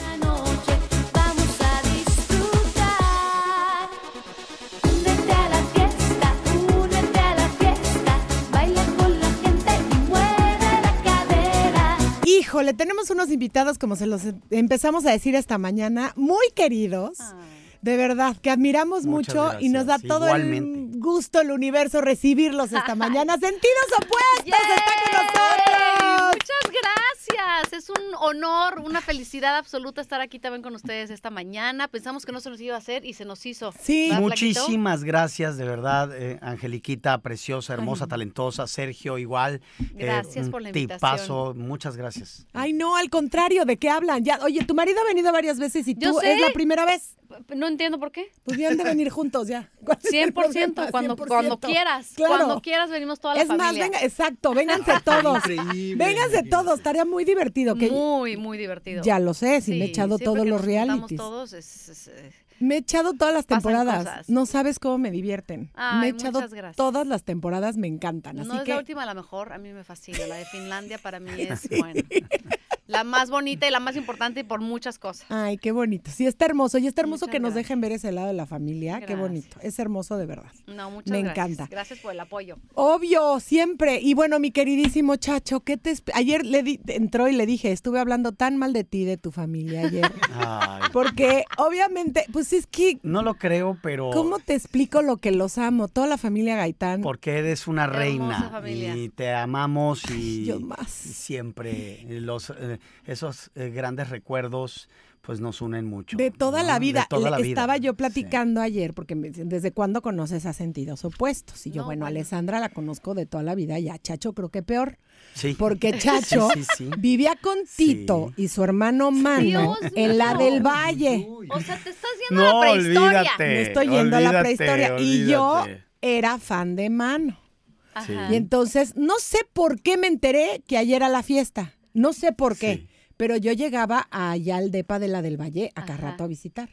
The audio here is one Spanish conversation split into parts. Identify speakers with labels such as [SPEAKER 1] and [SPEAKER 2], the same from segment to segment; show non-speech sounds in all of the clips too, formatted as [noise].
[SPEAKER 1] Una noche vamos a disfrutar. Únete a la fiesta, únete a la fiesta. Baila con la gente y mueve la cadera.
[SPEAKER 2] Híjole, tenemos unos invitados, como se los em- empezamos a decir esta mañana, muy queridos.
[SPEAKER 3] Ah.
[SPEAKER 2] De verdad, que admiramos mucho
[SPEAKER 4] Muchas
[SPEAKER 2] y
[SPEAKER 4] gracias,
[SPEAKER 2] nos da todo
[SPEAKER 4] igualmente.
[SPEAKER 2] el gusto, el universo, recibirlos
[SPEAKER 3] [laughs]
[SPEAKER 2] esta mañana. ¡Sentidos opuestos! ¡Está con nosotros!
[SPEAKER 3] Muchas gracias. Es un honor, una felicidad absoluta estar aquí también con ustedes esta mañana. Pensamos que no se nos iba a hacer y se nos hizo.
[SPEAKER 2] Sí.
[SPEAKER 3] ¿Verdad, Flaquito?
[SPEAKER 4] Muchísimas gracias, de verdad, eh, Angeliquita, preciosa, hermosa, talentosa, Sergio igual. eh,
[SPEAKER 3] Gracias por la
[SPEAKER 4] un Tipazo,
[SPEAKER 3] invitación.
[SPEAKER 4] muchas gracias.
[SPEAKER 2] Ay, no, al contrario, ¿de qué hablan? Ya, oye, tu marido ha venido varias veces y
[SPEAKER 3] Yo
[SPEAKER 2] tú
[SPEAKER 3] sé.
[SPEAKER 2] es la primera vez.
[SPEAKER 3] No entiendo por qué.
[SPEAKER 2] Pudieran de venir juntos ya. [laughs] ¿Cuál es el
[SPEAKER 3] 100%,
[SPEAKER 2] problema?
[SPEAKER 3] cuando,
[SPEAKER 2] 100%.
[SPEAKER 3] cuando quieras.
[SPEAKER 2] Claro.
[SPEAKER 3] Cuando quieras venimos toda la
[SPEAKER 2] es más,
[SPEAKER 3] familia.
[SPEAKER 2] venga, exacto,
[SPEAKER 3] [laughs]
[SPEAKER 2] vénganse todos.
[SPEAKER 4] increíble,
[SPEAKER 2] Vénganse
[SPEAKER 4] Angeliquita.
[SPEAKER 2] todos, estaría muy divertido. Que
[SPEAKER 3] muy, muy divertido.
[SPEAKER 2] Ya lo sé, si me he
[SPEAKER 3] Sí,
[SPEAKER 2] echado
[SPEAKER 3] siempre
[SPEAKER 2] todos
[SPEAKER 3] que
[SPEAKER 2] los
[SPEAKER 3] nos juntamos
[SPEAKER 2] realities.
[SPEAKER 3] todos es- es- es-
[SPEAKER 2] Me he echado todas las
[SPEAKER 3] Pasan
[SPEAKER 2] temporadas.
[SPEAKER 3] cosas.
[SPEAKER 2] No sabes cómo me divierten. me he
[SPEAKER 3] Ay,
[SPEAKER 2] echado
[SPEAKER 3] muchas gracias.
[SPEAKER 2] todas las temporadas, me encantan. Así
[SPEAKER 3] no es
[SPEAKER 2] que
[SPEAKER 3] la última la mejor, a mí me fascina. La de Finlandia
[SPEAKER 2] [laughs]
[SPEAKER 3] para mí es, bueno, la más bonita y la más importante por muchas cosas.
[SPEAKER 2] Ay, qué bonito. Sí, está hermoso. Y está hermoso
[SPEAKER 3] Muchas
[SPEAKER 2] que nos
[SPEAKER 3] gracias.
[SPEAKER 2] dejen ver ese lado de la familia. Qué
[SPEAKER 3] Gracias. Mm.
[SPEAKER 2] bonito. Es hermoso de verdad.
[SPEAKER 3] No, muchas
[SPEAKER 2] Me
[SPEAKER 3] gracias.
[SPEAKER 2] encanta.
[SPEAKER 3] Gracias por el apoyo.
[SPEAKER 2] Obvio, siempre. Y bueno, mi queridísimo Chacho, ¿qué te esp- ayer le di- entró y le dije, estuve hablando tan mal de ti, de tu familia
[SPEAKER 3] [laughs]
[SPEAKER 2] ayer.
[SPEAKER 4] Ay,
[SPEAKER 2] [laughs] Porque obviamente, pues es que,
[SPEAKER 4] no lo creo, pero
[SPEAKER 2] ¿cómo te explico lo que los amo? Toda la familia Gaitán.
[SPEAKER 4] porque eres una reina
[SPEAKER 3] familia.
[SPEAKER 4] y te amamos y,
[SPEAKER 2] yo más.
[SPEAKER 4] y siempre los eh, esos eh, grandes recuerdos pues nos unen mucho.
[SPEAKER 2] De toda
[SPEAKER 4] ¿no?
[SPEAKER 2] la vida.
[SPEAKER 4] De toda
[SPEAKER 2] Le-
[SPEAKER 4] la vida.
[SPEAKER 2] Estaba yo
[SPEAKER 4] Sí.
[SPEAKER 2] platicando ayer, porque me dicen, ¿desde cuándo conoces a sentidos opuestos? Y yo,
[SPEAKER 3] No,
[SPEAKER 2] bueno, a
[SPEAKER 3] bueno.
[SPEAKER 2] Alessandra la conozco de toda la vida y a Chacho creo que peor.
[SPEAKER 4] [laughs] Sí.
[SPEAKER 2] Porque Chacho
[SPEAKER 4] sí, sí.
[SPEAKER 2] vivía con Tito y su hermano Mano
[SPEAKER 3] Dios
[SPEAKER 2] en la
[SPEAKER 3] mío.
[SPEAKER 2] del Valle.
[SPEAKER 3] O sea, te estás yendo
[SPEAKER 4] No,
[SPEAKER 3] a la prehistoria.
[SPEAKER 4] olvídate.
[SPEAKER 2] Me estoy yendo a la
[SPEAKER 4] olvídate,
[SPEAKER 2] prehistoria. Y yo
[SPEAKER 4] olvídate.
[SPEAKER 2] era fan de Mano.
[SPEAKER 3] Ajá.
[SPEAKER 2] Y entonces, no sé por qué me enteré que ayer era la fiesta. No sé por qué.
[SPEAKER 4] Sí.
[SPEAKER 2] Pero yo llegaba allá al depa de la del Valle a cada
[SPEAKER 3] Ajá.
[SPEAKER 2] rato a visitar.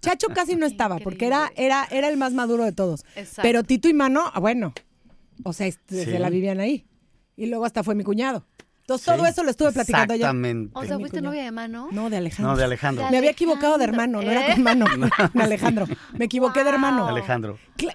[SPEAKER 2] Chacho casi no estaba, porque era,
[SPEAKER 3] Increíble.
[SPEAKER 2] era, era el más maduro de todos.
[SPEAKER 3] Exacto.
[SPEAKER 2] Pero Tito y Mano, ah, bueno, o sea, es- se
[SPEAKER 4] Sí.
[SPEAKER 2] la vivían ahí. Y luego hasta fue mi cuñado. Entonces, todo
[SPEAKER 4] Sí,
[SPEAKER 2] eso lo estuve platicando ayer.
[SPEAKER 4] Exactamente.
[SPEAKER 3] o sea,
[SPEAKER 2] mi
[SPEAKER 3] fuiste
[SPEAKER 2] cuñado.
[SPEAKER 3] novia de mano.
[SPEAKER 2] No, de Alejandro.
[SPEAKER 4] No, de Alejandro.
[SPEAKER 2] Me había equivocado de hermano, no era
[SPEAKER 3] ¿Eh?
[SPEAKER 2] de hermano. de Alejandro. Me equivoqué de hermano.
[SPEAKER 3] Wow.
[SPEAKER 4] Alejandro.
[SPEAKER 2] Cla-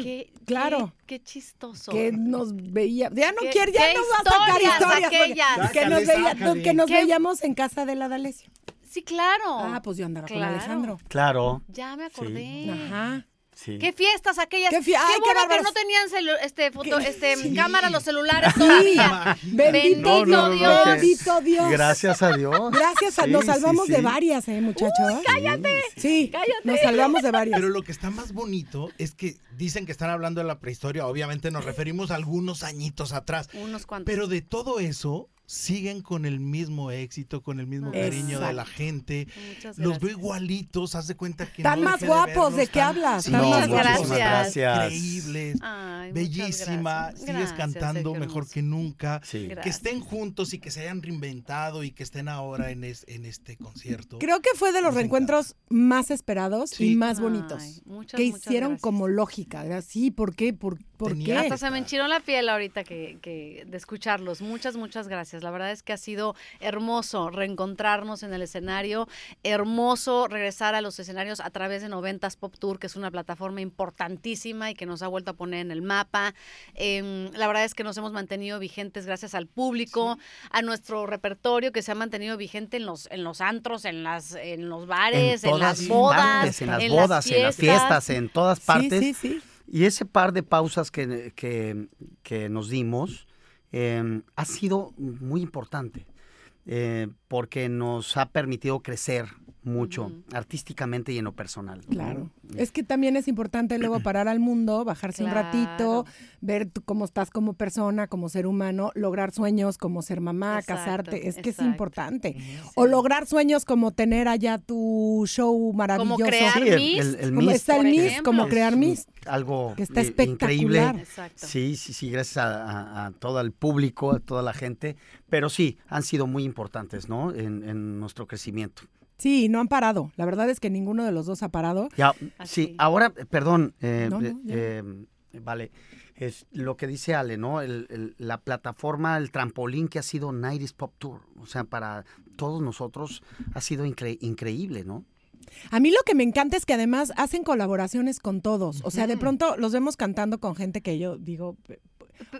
[SPEAKER 3] Qué,
[SPEAKER 2] Claro.
[SPEAKER 3] Qué, qué chistoso.
[SPEAKER 2] que nos veía ya no
[SPEAKER 3] ¿Qué-
[SPEAKER 2] quiere ya
[SPEAKER 3] qué
[SPEAKER 2] no va a sacar
[SPEAKER 3] historias
[SPEAKER 2] historias porque-
[SPEAKER 3] aquellas?
[SPEAKER 2] que nos, veía- que nos
[SPEAKER 3] ¿Qué?
[SPEAKER 2] veíamos en casa de la D'Alessio
[SPEAKER 3] Sí, claro.
[SPEAKER 2] ah pues yo andaba con
[SPEAKER 3] Claro.
[SPEAKER 2] Alejandro
[SPEAKER 4] Claro.
[SPEAKER 3] Ya me
[SPEAKER 4] Sí.
[SPEAKER 3] acordé.
[SPEAKER 2] ajá
[SPEAKER 4] Sí.
[SPEAKER 3] Qué fiestas aquellas.
[SPEAKER 2] Qué fie- ay, qué
[SPEAKER 3] bueno que
[SPEAKER 2] bárbaros.
[SPEAKER 3] no tenían celu- este foto,
[SPEAKER 2] Qué-
[SPEAKER 3] este
[SPEAKER 2] sí.
[SPEAKER 3] cámara los celulares todavía. [laughs]
[SPEAKER 2] bendito
[SPEAKER 3] No, no, no,
[SPEAKER 2] Dios
[SPEAKER 3] no, que-
[SPEAKER 2] bendito Dios
[SPEAKER 4] Gracias a Dios.
[SPEAKER 2] gracias a
[SPEAKER 4] Sí,
[SPEAKER 2] nos
[SPEAKER 4] sí,
[SPEAKER 2] salvamos
[SPEAKER 4] sí.
[SPEAKER 2] de varias eh muchachos
[SPEAKER 4] cállate.
[SPEAKER 2] sí nos salvamos de varias
[SPEAKER 5] Pero lo que está más bonito es que dicen que están hablando de la prehistoria, obviamente nos referimos a algunos añitos atrás,
[SPEAKER 3] Unos cuantos.
[SPEAKER 5] pero de todo eso siguen con el mismo éxito, con el mismo
[SPEAKER 2] Exacto.
[SPEAKER 5] cariño de la gente.
[SPEAKER 3] Muchas
[SPEAKER 5] Los veo
[SPEAKER 3] gracias.
[SPEAKER 5] igualitos, haz de cuenta que
[SPEAKER 2] Están
[SPEAKER 5] no
[SPEAKER 2] más
[SPEAKER 5] dejé de
[SPEAKER 2] guapos, ¿de
[SPEAKER 5] verlos,
[SPEAKER 2] qué
[SPEAKER 5] tan-
[SPEAKER 2] hablas?
[SPEAKER 5] Sí,
[SPEAKER 3] Están
[SPEAKER 4] No,
[SPEAKER 3] Muchas
[SPEAKER 4] muchísimas
[SPEAKER 3] gracias.
[SPEAKER 5] increíbles,
[SPEAKER 3] Ay, muchas
[SPEAKER 5] bellísima,
[SPEAKER 3] gracias.
[SPEAKER 5] sigues
[SPEAKER 3] Gracias,
[SPEAKER 5] cantando
[SPEAKER 3] Sergio
[SPEAKER 5] mejor
[SPEAKER 3] hermoso.
[SPEAKER 5] que nunca.
[SPEAKER 4] Sí.
[SPEAKER 3] Gracias.
[SPEAKER 5] Que estén juntos y que se hayan reinventado y que estén ahora en, es- en este concierto.
[SPEAKER 2] creo que fue de los
[SPEAKER 5] Nos
[SPEAKER 2] reencuentros más esperados y
[SPEAKER 5] Sí.
[SPEAKER 2] más
[SPEAKER 3] Ay,
[SPEAKER 2] bonitos
[SPEAKER 3] muchas,
[SPEAKER 2] que
[SPEAKER 3] muchas
[SPEAKER 2] hicieron
[SPEAKER 3] gracias.
[SPEAKER 2] como lógica ¿verdad? sí por qué por, por
[SPEAKER 5] Tenía-
[SPEAKER 2] qué
[SPEAKER 3] Hasta se me enchiró la piel ahorita que, que- de escucharlos. Muchas, muchas gracias. La verdad es que ha sido hermoso reencontrarnos en el escenario, hermoso regresar a los escenarios a través de 90s Pop Tour, que es una plataforma importantísima y que nos ha vuelto a poner en el mapa. Em, la verdad es que nos hemos mantenido vigentes gracias al público, a nuestro repertorio que se ha mantenido vigente en los, en los antros, en, las, en los bares, en, las bodas,
[SPEAKER 4] partes, en las bodas, en las fiestas, en todas
[SPEAKER 2] sí
[SPEAKER 4] partes.
[SPEAKER 2] sí sí
[SPEAKER 4] Y ese par de pausas que, que- que nos dimos eh, ha sido muy importante eh, porque nos ha permitido crecer mucho,
[SPEAKER 3] Ujú.
[SPEAKER 4] artísticamente y en lo personal. ¿no?
[SPEAKER 2] Claro.
[SPEAKER 4] Y-
[SPEAKER 2] Es que también es importante luego parar al mundo, bajarse un ratito,
[SPEAKER 3] Claro.
[SPEAKER 2] ver tú cómo estás como persona, como ser humano, lograr sueños como ser mamá,
[SPEAKER 3] Exacto,
[SPEAKER 2] Ah, casarte. Es que es
[SPEAKER 3] exacto.
[SPEAKER 2] importante. O lograr sueños como tener allá tu show maravilloso.
[SPEAKER 3] crear-
[SPEAKER 4] Sí, el,
[SPEAKER 3] Mist,
[SPEAKER 4] el- el
[SPEAKER 2] Como
[SPEAKER 4] Mist
[SPEAKER 2] está el
[SPEAKER 3] por
[SPEAKER 2] Miss,
[SPEAKER 3] ejemplo.
[SPEAKER 2] como
[SPEAKER 4] es
[SPEAKER 2] crear
[SPEAKER 4] un-
[SPEAKER 2] Miss.
[SPEAKER 4] Algo
[SPEAKER 2] que está
[SPEAKER 4] eh, increíble.
[SPEAKER 2] espectacular.
[SPEAKER 3] Exacto.
[SPEAKER 4] Sí, sí, sí, gracias a, a- a todo el público, a toda la gente, pero sí, han sido muy importantes, ¿no? En, en nuestro crecimiento.
[SPEAKER 2] Sí, no han parado. La verdad es que ninguno de los dos ha parado.
[SPEAKER 4] Ya,
[SPEAKER 3] Así.
[SPEAKER 4] sí, ahora, eh, perdón, eh,
[SPEAKER 2] No, no,
[SPEAKER 4] eh,
[SPEAKER 2] ya.
[SPEAKER 4] eh, vale, es lo que dice Ale, ¿no? El- el- la plataforma, el trampolín que ha sido 90 Pop Tour, o sea, para todos nosotros ha sido incre- increíble, ¿no?
[SPEAKER 2] A mí lo que me encanta es que además hacen colaboraciones con todos. O sea, de pronto los vemos cantando con gente que yo digo,
[SPEAKER 3] Pe-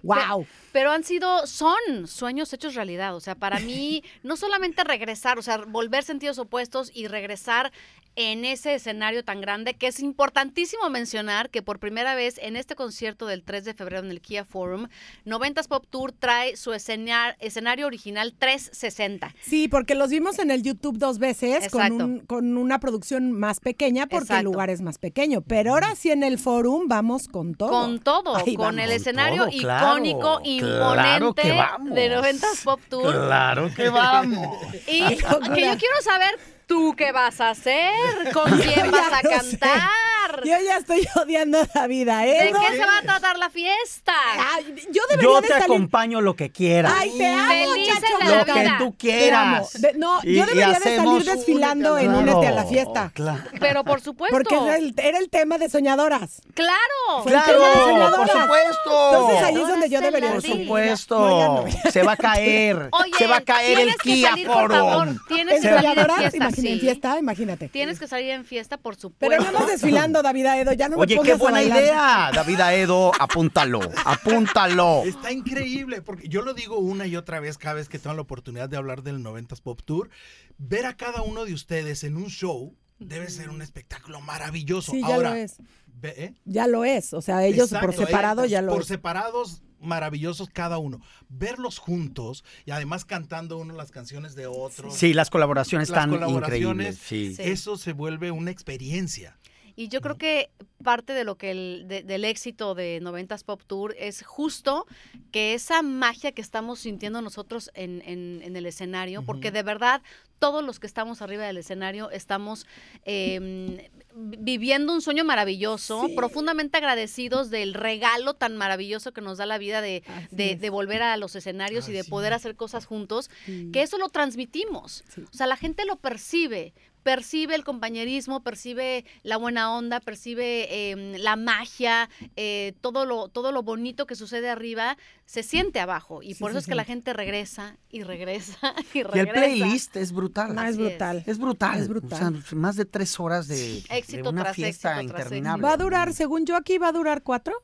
[SPEAKER 2] wow.
[SPEAKER 3] Pero han sido, son sueños hechos realidad. O sea, para
[SPEAKER 4] [laughs]
[SPEAKER 3] mí, no solamente regresar, o sea, volver sentidos opuestos y regresar en ese escenario tan grande, que es importantísimo mencionar que por primera vez en este concierto del 3 de febrero en el Kia Forum, 90s Pop Tour trae su escena- escenario original 360.
[SPEAKER 2] Sí, porque los vimos en el YouTube dos veces con,
[SPEAKER 3] Exacto.
[SPEAKER 2] un- con una producción más pequeña porque el
[SPEAKER 3] Exacto.
[SPEAKER 2] lugar es más pequeño. Pero ahora sí en el forum vamos con todo.
[SPEAKER 3] Con todo,
[SPEAKER 2] Ahí
[SPEAKER 3] con
[SPEAKER 2] vamos.
[SPEAKER 4] Oh.
[SPEAKER 3] el
[SPEAKER 4] Con
[SPEAKER 3] escenario
[SPEAKER 4] todo, claro,
[SPEAKER 3] icónico,
[SPEAKER 4] claro
[SPEAKER 3] imponente
[SPEAKER 4] que vamos.
[SPEAKER 3] de 90s Pop Tour.
[SPEAKER 4] Claro que vamos.
[SPEAKER 3] Y que
[SPEAKER 2] locura.
[SPEAKER 3] yo quiero saber tú qué vas a hacer, con quién
[SPEAKER 2] [laughs] Ya
[SPEAKER 3] vas a
[SPEAKER 2] lo sé.
[SPEAKER 3] cantar,
[SPEAKER 2] Yo ya estoy [laughs] odiando la vida, ¿eh?
[SPEAKER 3] de qué se va a tratar la fiesta.
[SPEAKER 2] Ay, yo debería
[SPEAKER 4] Yo
[SPEAKER 2] de
[SPEAKER 4] te
[SPEAKER 2] salir-
[SPEAKER 4] acompaño lo que quieras.
[SPEAKER 2] Ay, te amo,
[SPEAKER 3] Felices de
[SPEAKER 2] chacho,
[SPEAKER 3] la
[SPEAKER 2] me
[SPEAKER 4] lo que
[SPEAKER 3] vida.
[SPEAKER 2] encanta.
[SPEAKER 4] tú
[SPEAKER 2] Te amo.
[SPEAKER 4] quieras.
[SPEAKER 2] De- no, yo debería de
[SPEAKER 4] hacemos
[SPEAKER 2] salir desfilando
[SPEAKER 4] un- Oh,
[SPEAKER 2] en Únete a la Fiesta.
[SPEAKER 4] Claro.
[SPEAKER 3] Pero por supuesto,
[SPEAKER 2] Porque era el, era el tema de soñadoras.
[SPEAKER 3] claro.
[SPEAKER 2] Fue el tema de
[SPEAKER 4] Claro, por
[SPEAKER 2] soñadoras.
[SPEAKER 4] supuesto.
[SPEAKER 2] Entonces ahí es donde yo
[SPEAKER 3] Soñadoras de
[SPEAKER 2] debería
[SPEAKER 3] la
[SPEAKER 2] de
[SPEAKER 4] Por
[SPEAKER 3] Sí.
[SPEAKER 2] salir.
[SPEAKER 4] supuesto.
[SPEAKER 2] No, ya no.
[SPEAKER 4] Se va a caer.
[SPEAKER 3] Oye,
[SPEAKER 4] se va a caer el
[SPEAKER 3] tienes que
[SPEAKER 4] Kia
[SPEAKER 3] salir, por favor,
[SPEAKER 4] Forum.
[SPEAKER 3] Tienes
[SPEAKER 2] En
[SPEAKER 3] que salir en
[SPEAKER 2] soñadoras,
[SPEAKER 3] fiesta,
[SPEAKER 2] imagínate, en
[SPEAKER 3] sí.
[SPEAKER 2] fiesta, imagínate.
[SPEAKER 3] Tienes que salir en fiesta, por supuesto.
[SPEAKER 2] Pero no vamos desfilando, David Aedo, ya no me
[SPEAKER 4] Oye,
[SPEAKER 2] pongas
[SPEAKER 4] qué
[SPEAKER 2] a
[SPEAKER 4] buena
[SPEAKER 2] bailar.
[SPEAKER 4] idea, David Aedo. Apúntalo, apúntalo.
[SPEAKER 5] Está increíble, porque yo lo digo una y otra vez cada vez que tengo la oportunidad de hablar del 90s Pop Tour. Ver a cada uno de ustedes en un show debe ser un espectáculo maravilloso.
[SPEAKER 2] Sí, ya
[SPEAKER 5] Ahora,
[SPEAKER 2] lo es.
[SPEAKER 5] ve- ¿eh?
[SPEAKER 2] Ya lo es. O sea, ellos por
[SPEAKER 5] Exacto,
[SPEAKER 2] separado
[SPEAKER 5] ellos
[SPEAKER 2] ya lo
[SPEAKER 5] Por
[SPEAKER 2] es.
[SPEAKER 5] separados, maravillosos cada uno. Verlos juntos y además cantando uno las canciones de otro.
[SPEAKER 4] Sí, las colaboraciones
[SPEAKER 5] Las
[SPEAKER 4] están
[SPEAKER 5] colaboraciones.
[SPEAKER 4] increíbles. Sí.
[SPEAKER 3] Sí.
[SPEAKER 5] Eso se vuelve
[SPEAKER 4] [laughs]
[SPEAKER 5] una experiencia.
[SPEAKER 3] Y yo creo que parte de lo que el- de- del éxito de 90s Pop Tour es justo que esa magia que estamos sintiendo nosotros en, en- en el escenario, porque de verdad todos los que estamos arriba del escenario estamos eh, vi- viviendo un sueño maravilloso,
[SPEAKER 2] Sí.
[SPEAKER 3] profundamente agradecidos del regalo tan maravilloso que nos da la vida de, de- de volver a los escenarios y de
[SPEAKER 5] Así
[SPEAKER 3] poder
[SPEAKER 5] es.
[SPEAKER 3] hacer cosas juntos que eso lo transmitimos.
[SPEAKER 2] Sí.
[SPEAKER 3] O sea, la gente lo percibe, percibe el compañerismo, percibe la buena onda, percibe eh, la magia, eh, todo, lo, todo lo bonito que sucede arriba, se siente abajo. Y
[SPEAKER 2] Sí,
[SPEAKER 3] por eso
[SPEAKER 2] se
[SPEAKER 3] es que la
[SPEAKER 2] siente.
[SPEAKER 3] gente regresa y regresa [laughs] y regresa.
[SPEAKER 4] Y el playlist es brutal.
[SPEAKER 2] No, es
[SPEAKER 3] Así es.
[SPEAKER 2] brutal.
[SPEAKER 4] Es brutal.
[SPEAKER 2] Es brutal.
[SPEAKER 4] O sea, más de tres horas de, de
[SPEAKER 3] Éxito
[SPEAKER 4] una
[SPEAKER 3] tras
[SPEAKER 4] fiesta
[SPEAKER 3] éxito tras
[SPEAKER 4] interminable.
[SPEAKER 2] Va a durar, según yo aquí, va a durar cuatro.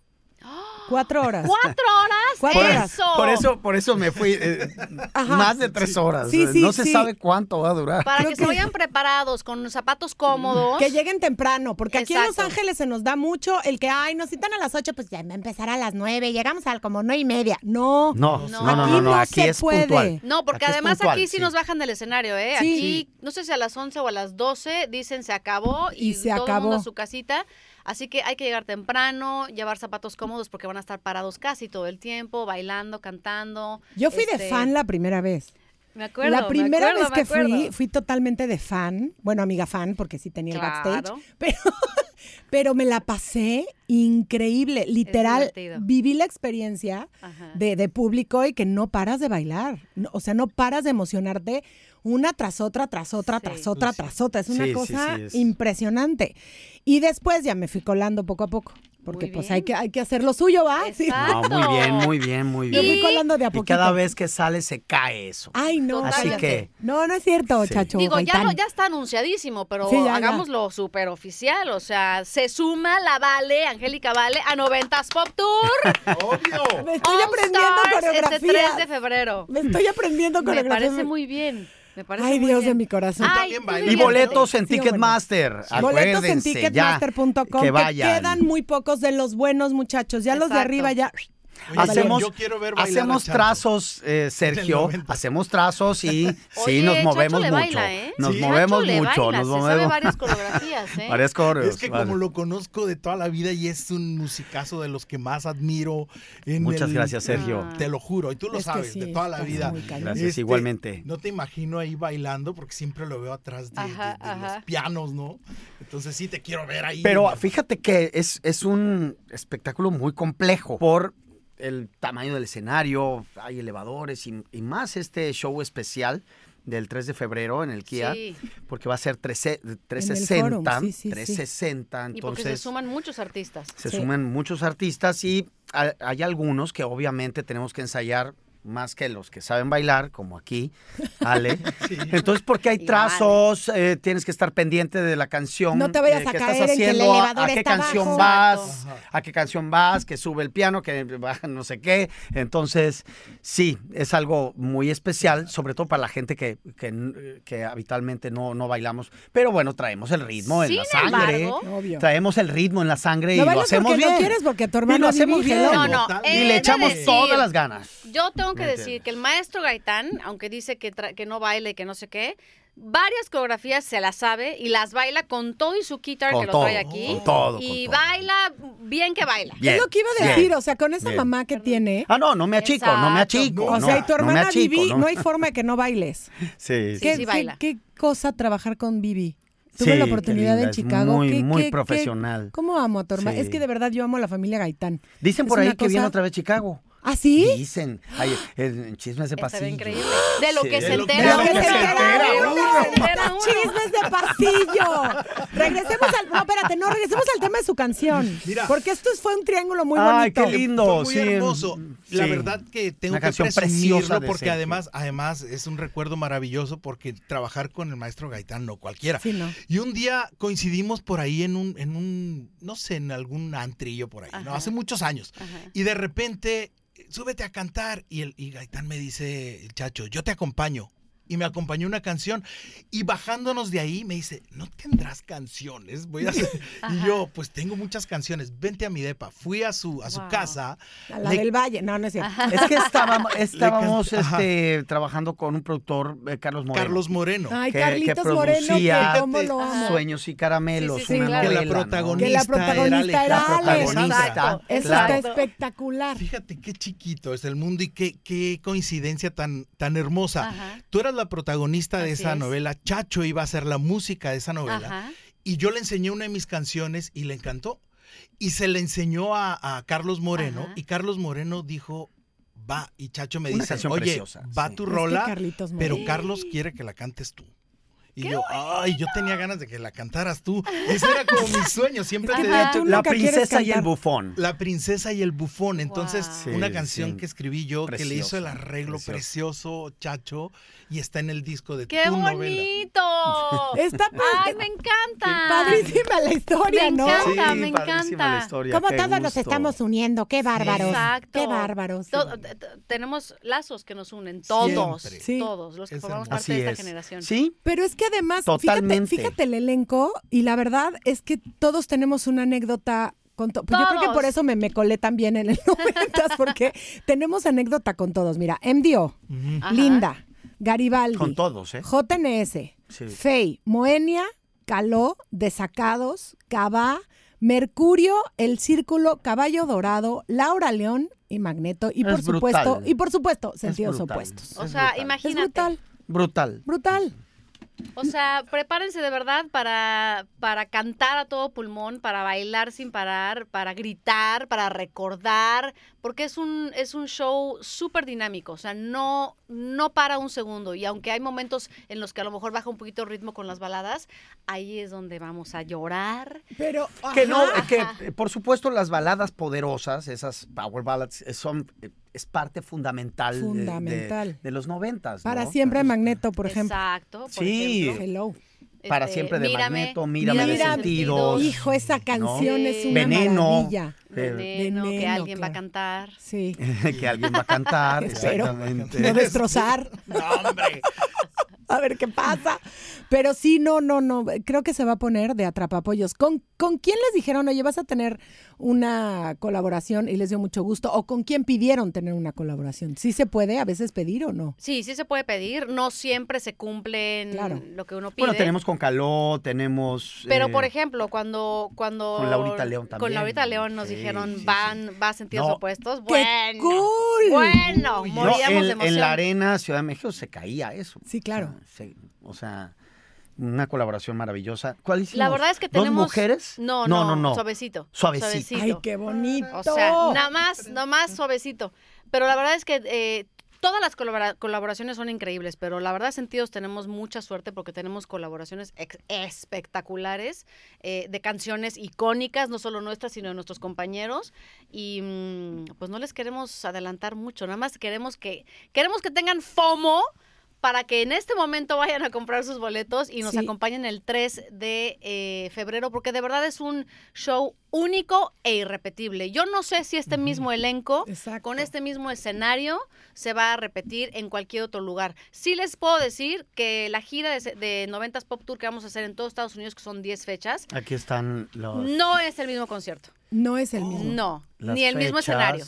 [SPEAKER 2] Cuatro horas.
[SPEAKER 3] ¡Cuatro horas!
[SPEAKER 2] Cuatro horas.
[SPEAKER 3] ¡Eso!
[SPEAKER 4] Por eso, por eso me fui eh,
[SPEAKER 2] Ajá.
[SPEAKER 4] más de tres horas. eh,
[SPEAKER 2] Sí, sí,
[SPEAKER 4] no se
[SPEAKER 2] sí.
[SPEAKER 4] sabe cuánto va a durar.
[SPEAKER 3] Para
[SPEAKER 2] Creo
[SPEAKER 3] que, se
[SPEAKER 2] que-
[SPEAKER 3] vayan preparados con zapatos cómodos.
[SPEAKER 2] Que lleguen temprano, porque aquí en Los
[SPEAKER 3] Exacto.
[SPEAKER 2] Ángeles se nos da mucho el que, ay, nos citan a las ocho, pues ya va a empezar a las nueve, llegamos a como nueve y media. No.
[SPEAKER 4] No,
[SPEAKER 3] No.
[SPEAKER 4] no, no, no,
[SPEAKER 3] Aquí
[SPEAKER 4] no,
[SPEAKER 2] no
[SPEAKER 4] aquí
[SPEAKER 2] se
[SPEAKER 4] es
[SPEAKER 2] puede.
[SPEAKER 4] puntual.
[SPEAKER 3] No, porque
[SPEAKER 4] Aquí es
[SPEAKER 3] además
[SPEAKER 4] puntual,
[SPEAKER 3] aquí sí,
[SPEAKER 4] sí.
[SPEAKER 3] nos bajan del escenario, ¿eh?
[SPEAKER 2] Sí.
[SPEAKER 3] Aquí, no sé si a las 11 o a las 12 dicen se acabó y,
[SPEAKER 2] Y se
[SPEAKER 3] todo el
[SPEAKER 2] acabó.
[SPEAKER 3] mundo a su casita. Así que hay que llegar temprano, llevar zapatos cómodos porque van a estar parados casi todo el tiempo, bailando, cantando.
[SPEAKER 2] Yo fui de
[SPEAKER 3] este,
[SPEAKER 2] fan la primera vez.
[SPEAKER 3] Me acuerdo.
[SPEAKER 2] la
[SPEAKER 3] me
[SPEAKER 2] primera
[SPEAKER 3] acuerdo, me
[SPEAKER 2] vez que fui,
[SPEAKER 3] acuerdo.
[SPEAKER 2] fui totalmente de fan. Bueno, amiga fan, porque sí tenía el
[SPEAKER 3] Claro.
[SPEAKER 2] backstage. Pero, [laughs] pero me la pasé increíble. Literal,
[SPEAKER 3] divertido.
[SPEAKER 2] viví la experiencia
[SPEAKER 3] Ajá.
[SPEAKER 2] de, de público y que no paras de bailar. No, o sea, no paras de emocionarte una tras otra, tras otra,
[SPEAKER 3] Sí.
[SPEAKER 2] tras otra,
[SPEAKER 5] Sí.
[SPEAKER 2] tras otra. Es una
[SPEAKER 4] Pues Sí, sí,
[SPEAKER 2] cosa
[SPEAKER 4] sí, es.
[SPEAKER 2] impresionante. Y después ya me fui colando poco a poco. Porque
[SPEAKER 3] Muy
[SPEAKER 2] pues
[SPEAKER 3] bien.
[SPEAKER 2] hay que, hay que hacer lo suyo, ¿va? Sí.
[SPEAKER 3] Exacto.
[SPEAKER 4] No, muy bien, muy bien, muy
[SPEAKER 2] Me fui
[SPEAKER 4] bien.
[SPEAKER 2] colando de a
[SPEAKER 4] Y
[SPEAKER 2] poquito. Ah,
[SPEAKER 4] cada vez que sale se cae eso.
[SPEAKER 2] Ay, no.
[SPEAKER 3] Así
[SPEAKER 2] cállate.
[SPEAKER 4] que-
[SPEAKER 2] No, no es cierto,
[SPEAKER 4] Sí.
[SPEAKER 2] chacho.
[SPEAKER 3] Digo, ya,
[SPEAKER 2] Gaitán.
[SPEAKER 3] no- ya está anunciadísimo, pero
[SPEAKER 2] Sí, ya, ya.
[SPEAKER 3] hagámoslo súper oficial. O sea, se suma la Vale, Angélica Vale, a 90s Pop Tour.
[SPEAKER 5] ¡Obvio!
[SPEAKER 2] Me [laughs] estoy
[SPEAKER 3] All
[SPEAKER 2] aprendiendo
[SPEAKER 3] Stars,
[SPEAKER 2] coreografía.
[SPEAKER 3] Este 3 de febrero.
[SPEAKER 2] Me estoy aprendiendo
[SPEAKER 3] Me
[SPEAKER 2] coreografía.
[SPEAKER 3] parece muy bien. Me parece
[SPEAKER 2] Ay,
[SPEAKER 3] muy
[SPEAKER 2] Dios
[SPEAKER 3] bien.
[SPEAKER 2] de mi corazón.
[SPEAKER 3] Ay,
[SPEAKER 5] también
[SPEAKER 3] tú
[SPEAKER 5] bailas.
[SPEAKER 4] Y
[SPEAKER 3] fíjate.
[SPEAKER 4] boletos en
[SPEAKER 2] Sí,
[SPEAKER 4] Ticketmaster.
[SPEAKER 2] Boletos en
[SPEAKER 4] acuérdense ya,
[SPEAKER 2] ticketmaster.com que,
[SPEAKER 4] Que vayan.
[SPEAKER 2] quedan muy pocos de los buenos muchachos. Ya los de
[SPEAKER 3] Exacto.
[SPEAKER 2] arriba ya
[SPEAKER 5] Oye,
[SPEAKER 4] hacemos
[SPEAKER 5] yo quiero ver bailar a
[SPEAKER 4] hacemos
[SPEAKER 5] Chacho.
[SPEAKER 4] trazos, eh, Sergio.
[SPEAKER 5] 90.
[SPEAKER 4] Hacemos trazos y sí,
[SPEAKER 3] Oye,
[SPEAKER 4] nos
[SPEAKER 3] Chacho
[SPEAKER 4] movemos
[SPEAKER 3] le
[SPEAKER 4] mucho.
[SPEAKER 3] baila, ¿eh?
[SPEAKER 4] Nos
[SPEAKER 5] Sí.
[SPEAKER 4] movemos
[SPEAKER 3] Chacho le
[SPEAKER 4] mucho,
[SPEAKER 3] baila,
[SPEAKER 4] nos
[SPEAKER 3] se
[SPEAKER 4] [laughs]
[SPEAKER 3] sabe
[SPEAKER 4] movemos.
[SPEAKER 3] varias coreografías, ¿eh?
[SPEAKER 4] Varias coreos,
[SPEAKER 5] Es que
[SPEAKER 4] vale.
[SPEAKER 5] como lo conozco de toda la vida y es un musicazo de los que más admiro. en
[SPEAKER 4] Muchas
[SPEAKER 5] el-
[SPEAKER 4] gracias, Sergio.
[SPEAKER 3] Ah.
[SPEAKER 5] Te lo juro, y tú lo
[SPEAKER 2] Es que
[SPEAKER 5] sabes,
[SPEAKER 2] sí,
[SPEAKER 5] de toda la
[SPEAKER 2] está
[SPEAKER 5] vida. Este,
[SPEAKER 2] muy cañón.
[SPEAKER 4] Gracias, igualmente.
[SPEAKER 5] No te imagino ahí bailando porque siempre lo veo atrás de, de-
[SPEAKER 3] Ajá,
[SPEAKER 5] de
[SPEAKER 3] ajá.
[SPEAKER 5] los pianos, ¿no? Entonces sí te quiero ver ahí.
[SPEAKER 4] Pero
[SPEAKER 5] mano.
[SPEAKER 4] fíjate que es, es un espectáculo muy complejo por el tamaño del escenario, hay elevadores y, y más este show especial del 3 de febrero en el Kia,
[SPEAKER 3] Sí,
[SPEAKER 4] porque va a ser 13
[SPEAKER 2] En el
[SPEAKER 4] 360,
[SPEAKER 2] Forum, sí, sí, sí.
[SPEAKER 4] 360,
[SPEAKER 3] y porque se
[SPEAKER 4] entonces
[SPEAKER 3] suman muchos artistas.
[SPEAKER 4] se
[SPEAKER 2] Sí.
[SPEAKER 4] suman muchos artistas y a- hay algunos que obviamente tenemos que ensayar más que los que saben bailar, como aquí,
[SPEAKER 2] [laughs]
[SPEAKER 4] Ale.
[SPEAKER 5] Sí.
[SPEAKER 4] Entonces, porque hay
[SPEAKER 3] Y
[SPEAKER 4] trazos, eh, tienes que estar pendiente de la canción.
[SPEAKER 2] No te vayas
[SPEAKER 4] eh,
[SPEAKER 2] a
[SPEAKER 4] que
[SPEAKER 2] caer en
[SPEAKER 4] estás
[SPEAKER 2] que el
[SPEAKER 4] haciendo, a-
[SPEAKER 2] elevador
[SPEAKER 4] a, qué
[SPEAKER 2] está
[SPEAKER 4] canción
[SPEAKER 2] abajo.
[SPEAKER 4] vas,
[SPEAKER 5] Exacto.
[SPEAKER 4] a qué canción vas, que sube el piano, que baja [laughs] no sé qué. Entonces, sí, es algo muy especial, sobre todo para la gente que, que, que habitualmente no, no bailamos. Pero bueno, traemos el ritmo en
[SPEAKER 3] Sin
[SPEAKER 4] la sangre.
[SPEAKER 3] embargo,
[SPEAKER 2] Obvio.
[SPEAKER 4] Traemos el ritmo en la sangre
[SPEAKER 2] No
[SPEAKER 4] y lo
[SPEAKER 2] bailas
[SPEAKER 4] hacemos
[SPEAKER 2] porque
[SPEAKER 4] bien.
[SPEAKER 2] no quieres, porque tu hermano
[SPEAKER 4] y lo hacemos
[SPEAKER 2] dirige,
[SPEAKER 4] bien.
[SPEAKER 3] No, no,
[SPEAKER 4] Y
[SPEAKER 3] he
[SPEAKER 4] le
[SPEAKER 3] de
[SPEAKER 4] echamos
[SPEAKER 3] decir-
[SPEAKER 4] todas las ganas.
[SPEAKER 3] Yo tengo que
[SPEAKER 4] ¿Me
[SPEAKER 3] decir
[SPEAKER 4] entiendes?
[SPEAKER 3] que el maestro Gaitán, aunque dice que, tra- que no baile y que no sé qué, varias coreografías se las sabe y las baila con todo y su guitar
[SPEAKER 4] Con
[SPEAKER 3] que lo
[SPEAKER 4] todo,
[SPEAKER 3] trae aquí.
[SPEAKER 4] con todo,
[SPEAKER 3] y
[SPEAKER 4] con todo.
[SPEAKER 3] baila bien que baila.
[SPEAKER 4] Bien,
[SPEAKER 2] es lo que iba a
[SPEAKER 4] bien.
[SPEAKER 2] decir, o sea, con esa
[SPEAKER 4] Bien.
[SPEAKER 2] mamá que tiene.
[SPEAKER 4] Ah, no, no me achico, no me
[SPEAKER 3] Exacto.
[SPEAKER 4] achico.
[SPEAKER 2] o
[SPEAKER 4] no,
[SPEAKER 2] sea, y tu
[SPEAKER 4] no me
[SPEAKER 2] hermana
[SPEAKER 4] achico,
[SPEAKER 2] Vivi,
[SPEAKER 4] no-
[SPEAKER 2] no. hay forma de que no bailes.
[SPEAKER 4] [laughs] Sí,
[SPEAKER 3] Sí,
[SPEAKER 2] ¿Qué,
[SPEAKER 3] sí
[SPEAKER 2] qué-
[SPEAKER 3] baila.
[SPEAKER 2] qué cosa trabajar con Vivi? Tuve
[SPEAKER 4] Sí,
[SPEAKER 2] la
[SPEAKER 4] qué
[SPEAKER 2] oportunidad
[SPEAKER 4] linda,
[SPEAKER 2] en
[SPEAKER 4] es
[SPEAKER 2] Chicago.
[SPEAKER 4] muy,
[SPEAKER 2] ¿Qué-
[SPEAKER 4] muy
[SPEAKER 2] qué- qué-
[SPEAKER 4] profesional.
[SPEAKER 2] ¿Cómo amo a tu hermana?
[SPEAKER 4] Sí.
[SPEAKER 2] Es que de verdad yo amo a la familia Gaitán.
[SPEAKER 4] Dicen
[SPEAKER 2] Es
[SPEAKER 4] por ahí
[SPEAKER 2] una
[SPEAKER 4] que viene
[SPEAKER 2] cosa-
[SPEAKER 4] otra vez Chicago.
[SPEAKER 2] ¿Ah, sí?
[SPEAKER 4] Dicen. Ay, el, chisme se
[SPEAKER 3] Está
[SPEAKER 4] pasillo.
[SPEAKER 3] bien increíble. De lo
[SPEAKER 4] Sí.
[SPEAKER 3] que se
[SPEAKER 5] De lo que
[SPEAKER 3] entera.
[SPEAKER 5] se
[SPEAKER 3] uno. De
[SPEAKER 5] entera
[SPEAKER 3] lo que
[SPEAKER 5] uno.
[SPEAKER 3] se entera uno.
[SPEAKER 2] Chismes de pasillo. regresemos al. No, espérate, no, regresemos al tema de su canción.
[SPEAKER 5] Mira.
[SPEAKER 2] Porque esto fue un triángulo muy
[SPEAKER 4] Ay,
[SPEAKER 2] bonito.
[SPEAKER 4] qué lindo.
[SPEAKER 5] Fue muy
[SPEAKER 4] sí,
[SPEAKER 5] hermoso. La
[SPEAKER 4] sí.
[SPEAKER 5] verdad que tengo
[SPEAKER 4] Una
[SPEAKER 5] que
[SPEAKER 4] canción
[SPEAKER 5] presumirlo
[SPEAKER 4] preciosa de
[SPEAKER 5] porque
[SPEAKER 4] Sergio.
[SPEAKER 5] además, además es un recuerdo maravilloso porque trabajar con el maestro Gaitán no cualquiera.
[SPEAKER 2] Sí, no.
[SPEAKER 5] Y un día coincidimos por ahí en un, en un, no sé, en algún antrillo por ahí, ¿no?
[SPEAKER 3] Ajá.
[SPEAKER 5] Hace muchos años.
[SPEAKER 3] Ajá.
[SPEAKER 5] Y de repente, súbete a cantar. Y, el, y Gaitán me dice, el chacho, yo te acompaño. Y me acompañó una canción. Y bajándonos de ahí, me dice, no tendrás canciones. Voy
[SPEAKER 3] [laughs]
[SPEAKER 5] a hacer. Y yo, pues tengo muchas canciones. Vente a mi depa. Fui a su, a su
[SPEAKER 3] Wow.
[SPEAKER 5] casa.
[SPEAKER 2] A la
[SPEAKER 5] Le-
[SPEAKER 2] del Valle. No, no es cierto.
[SPEAKER 4] Es que
[SPEAKER 3] [laughs]
[SPEAKER 4] estábamos, estábamos
[SPEAKER 5] Le canta-
[SPEAKER 4] este, trabajando con un productor, eh, Carlos Moreno.
[SPEAKER 5] Carlos Moreno.
[SPEAKER 2] Ay,
[SPEAKER 4] que- que
[SPEAKER 2] Carlitos Moreno,
[SPEAKER 4] producía-
[SPEAKER 2] que cómo lo amo.
[SPEAKER 4] Sueños y caramelos.
[SPEAKER 3] Sí, sí, sí,
[SPEAKER 4] una
[SPEAKER 3] claro.
[SPEAKER 5] que
[SPEAKER 4] novela,
[SPEAKER 5] la
[SPEAKER 4] ¿no?
[SPEAKER 5] protagonista,
[SPEAKER 2] Que la protagonista
[SPEAKER 5] era
[SPEAKER 2] era
[SPEAKER 5] Alejandra.
[SPEAKER 2] Alex.
[SPEAKER 4] Protagonista,
[SPEAKER 3] Exacto.
[SPEAKER 2] Eso
[SPEAKER 4] claro.
[SPEAKER 2] está espectacular.
[SPEAKER 5] Fíjate qué chiquito es el mundo y qué, qué coincidencia tan, tan hermosa.
[SPEAKER 3] Ajá.
[SPEAKER 5] Tú eras la protagonista de
[SPEAKER 3] Así
[SPEAKER 5] esa
[SPEAKER 3] es.
[SPEAKER 5] novela, Chacho iba a hacer la música de esa novela
[SPEAKER 3] Ajá.
[SPEAKER 5] y yo le enseñé una de mis canciones y le encantó. Y se le enseñó a, a Carlos Moreno
[SPEAKER 3] Ajá.
[SPEAKER 5] y Carlos Moreno dijo, va, y Chacho me
[SPEAKER 4] Una
[SPEAKER 5] dice,
[SPEAKER 4] canción
[SPEAKER 5] oye,
[SPEAKER 4] preciosa,
[SPEAKER 5] va
[SPEAKER 4] sí.
[SPEAKER 5] tu
[SPEAKER 2] Es que
[SPEAKER 5] rola,
[SPEAKER 2] Carlitos Moreno.
[SPEAKER 5] pero Carlos quiere que la cantes tú. Y yo, ay, yo tenía ganas de que la cantaras tú. Ese era como mi sueño, siempre
[SPEAKER 2] Es que
[SPEAKER 5] te
[SPEAKER 2] Ajá.
[SPEAKER 5] he dicho,
[SPEAKER 2] Tú
[SPEAKER 4] La
[SPEAKER 2] nunca quieres
[SPEAKER 4] princesa y el
[SPEAKER 2] cantar.
[SPEAKER 4] bufón.
[SPEAKER 5] la princesa y el bufón. Entonces,
[SPEAKER 3] Wow.
[SPEAKER 4] Sí,
[SPEAKER 5] una canción
[SPEAKER 4] sí.
[SPEAKER 5] que escribí yo, que le hizo el
[SPEAKER 4] Preciosa,
[SPEAKER 5] arreglo precioso. Chacho, y está en el disco de
[SPEAKER 3] ¡Qué
[SPEAKER 5] tu novela.
[SPEAKER 3] bonito!
[SPEAKER 2] Está [laughs]
[SPEAKER 3] ¡Ay, me encanta!
[SPEAKER 2] padrísima la historia,
[SPEAKER 3] Me
[SPEAKER 2] ¿no?
[SPEAKER 3] encanta.
[SPEAKER 4] Sí,
[SPEAKER 3] me
[SPEAKER 4] padrísima
[SPEAKER 3] encanta.
[SPEAKER 4] la historia,
[SPEAKER 2] Como
[SPEAKER 4] qué
[SPEAKER 2] todos nos
[SPEAKER 4] gusto.
[SPEAKER 2] estamos uniendo, qué bárbaros.
[SPEAKER 3] Exacto.
[SPEAKER 2] Qué bárbaros.
[SPEAKER 3] To- t- t- tenemos lazos que nos unen, todos,
[SPEAKER 5] Siempre.
[SPEAKER 2] Sí.
[SPEAKER 3] todos, los que
[SPEAKER 5] Es
[SPEAKER 3] formamos
[SPEAKER 5] hermoso.
[SPEAKER 4] Así
[SPEAKER 3] parte de esta
[SPEAKER 4] es.
[SPEAKER 3] generación.
[SPEAKER 4] Sí,
[SPEAKER 2] Pero es que además, fíjate,
[SPEAKER 4] Totalmente.
[SPEAKER 2] fíjate el elenco y la verdad es que todos tenemos una anécdota con to- pues Yo creo que
[SPEAKER 3] Todos.
[SPEAKER 2] por eso me, me colé también en el [laughs] 90 porque tenemos anécdota con todos. Mira, MDO,
[SPEAKER 3] Ajá.
[SPEAKER 2] Linda, Garibaldi,
[SPEAKER 4] con todos, ¿eh?
[SPEAKER 2] JNS,
[SPEAKER 4] Sí.
[SPEAKER 2] Fey, Moenia, Caló, Desacados, Cabá, Mercurio, El Círculo, Caballo Dorado, Laura León y Magneto. Y
[SPEAKER 4] Es
[SPEAKER 2] por supuesto,
[SPEAKER 4] brutal.
[SPEAKER 2] y por supuesto, sentidos
[SPEAKER 4] brutal.
[SPEAKER 2] opuestos.
[SPEAKER 3] O
[SPEAKER 4] Es
[SPEAKER 3] sea,
[SPEAKER 4] brutal.
[SPEAKER 2] Es
[SPEAKER 3] imagínate.
[SPEAKER 2] brutal,
[SPEAKER 4] Brutal.
[SPEAKER 2] brutal.
[SPEAKER 3] O sea, prepárense de verdad para, para cantar a todo pulmón, para bailar sin parar, para gritar, para recordar, porque es un, es un show súper dinámico, o sea, no, no para un segundo. Y aunque hay momentos en los que a lo mejor baja un poquito el ritmo con las baladas, ahí es donde vamos a llorar.
[SPEAKER 2] Pero
[SPEAKER 4] Que no, que eh, por supuesto las baladas poderosas, esas power ballads, eh, son eh, es parte fundamental, de- de-
[SPEAKER 2] Fundamental.
[SPEAKER 4] De, los noventas. oh, ¿no?
[SPEAKER 2] para siempre
[SPEAKER 4] Entonces,
[SPEAKER 2] Magneto, por ejemplo.
[SPEAKER 3] Exacto. por
[SPEAKER 4] Sí.
[SPEAKER 3] ejemplo.
[SPEAKER 2] Hello.
[SPEAKER 4] Para
[SPEAKER 3] Este,
[SPEAKER 4] siempre de
[SPEAKER 3] Mírame,
[SPEAKER 4] Magneto, mírame, de
[SPEAKER 2] Mírame,
[SPEAKER 4] sentidos.
[SPEAKER 2] Hijo, esa canción es una
[SPEAKER 4] Veneno.
[SPEAKER 2] maravilla.
[SPEAKER 4] eh,
[SPEAKER 3] Veneno, que
[SPEAKER 2] Veneno,
[SPEAKER 3] alguien va a
[SPEAKER 2] claro.
[SPEAKER 3] cantar.
[SPEAKER 2] Sí.
[SPEAKER 4] [laughs] que alguien va a
[SPEAKER 2] [laughs]
[SPEAKER 4] cantar.
[SPEAKER 2] Espero.
[SPEAKER 4] exactamente.
[SPEAKER 2] No destrozar.
[SPEAKER 5] No, hombre.
[SPEAKER 2] A ver qué pasa. Pero sí, no, no, no. Creo que se va a poner de atrapapollos. Con ¿Con quién les dijeron, oye, vas a tener una colaboración y les dio mucho gusto? ¿O con quién pidieron tener una colaboración? ¿Sí se puede a veces pedir o no?
[SPEAKER 3] Sí, sí se puede pedir. No siempre se cumplen
[SPEAKER 2] Claro.
[SPEAKER 3] lo que uno pide.
[SPEAKER 4] Bueno, tenemos con Caló, tenemos.
[SPEAKER 3] Pero,
[SPEAKER 4] eh,
[SPEAKER 3] por ejemplo, cuando, cuando...
[SPEAKER 4] con Laurita León
[SPEAKER 3] Con
[SPEAKER 4] también.
[SPEAKER 3] Laurita León nos
[SPEAKER 4] Sí,
[SPEAKER 3] dijeron,
[SPEAKER 4] sí, sí.
[SPEAKER 3] van, va a sentidos
[SPEAKER 4] No.
[SPEAKER 3] opuestos.
[SPEAKER 2] ¡Qué
[SPEAKER 3] Bueno,
[SPEAKER 2] cool!
[SPEAKER 3] bueno,
[SPEAKER 5] Uy, no,
[SPEAKER 4] no,
[SPEAKER 3] moríamos de
[SPEAKER 4] en,
[SPEAKER 3] emoción.
[SPEAKER 4] en la arena Ciudad de México se caía eso.
[SPEAKER 2] Sí, claro.
[SPEAKER 4] O sea, se- o sea, una colaboración maravillosa. ¿Cuál hicimos?
[SPEAKER 3] La verdad es que
[SPEAKER 4] ¿Dos
[SPEAKER 3] tenemos...
[SPEAKER 4] mujeres?
[SPEAKER 3] No,
[SPEAKER 4] no,
[SPEAKER 3] no,
[SPEAKER 4] no. no.
[SPEAKER 3] Suavecito.
[SPEAKER 4] Suavecito.
[SPEAKER 2] ¡Ay, qué bonito!
[SPEAKER 3] O sea, nada más, nada más suavecito. Pero la verdad es que eh, todas las colabora- colaboraciones son increíbles, pero la verdad, sentidos, tenemos mucha suerte porque tenemos colaboraciones ex- espectaculares eh, de canciones icónicas, no solo nuestras, sino de nuestros compañeros. Y mm, pues no les queremos adelantar mucho, nada más queremos que, queremos que tengan FOMO. Para que en este momento vayan a comprar sus boletos y nos
[SPEAKER 2] Sí.
[SPEAKER 3] acompañen el 3 de eh, febrero, porque de verdad es un show único e irrepetible. Yo no sé si este mismo elenco,
[SPEAKER 2] Exacto.
[SPEAKER 3] con este mismo escenario, se va a repetir en cualquier otro lugar. Sí les puedo decir que la gira de, se- de 90s Pop Tour que vamos a hacer en todos Estados Unidos, que son 10 fechas,
[SPEAKER 4] Aquí están los.
[SPEAKER 3] no es el mismo concierto.
[SPEAKER 2] No es el mismo.
[SPEAKER 3] No,
[SPEAKER 4] las
[SPEAKER 3] ni el mismo
[SPEAKER 4] fechas.
[SPEAKER 3] escenario.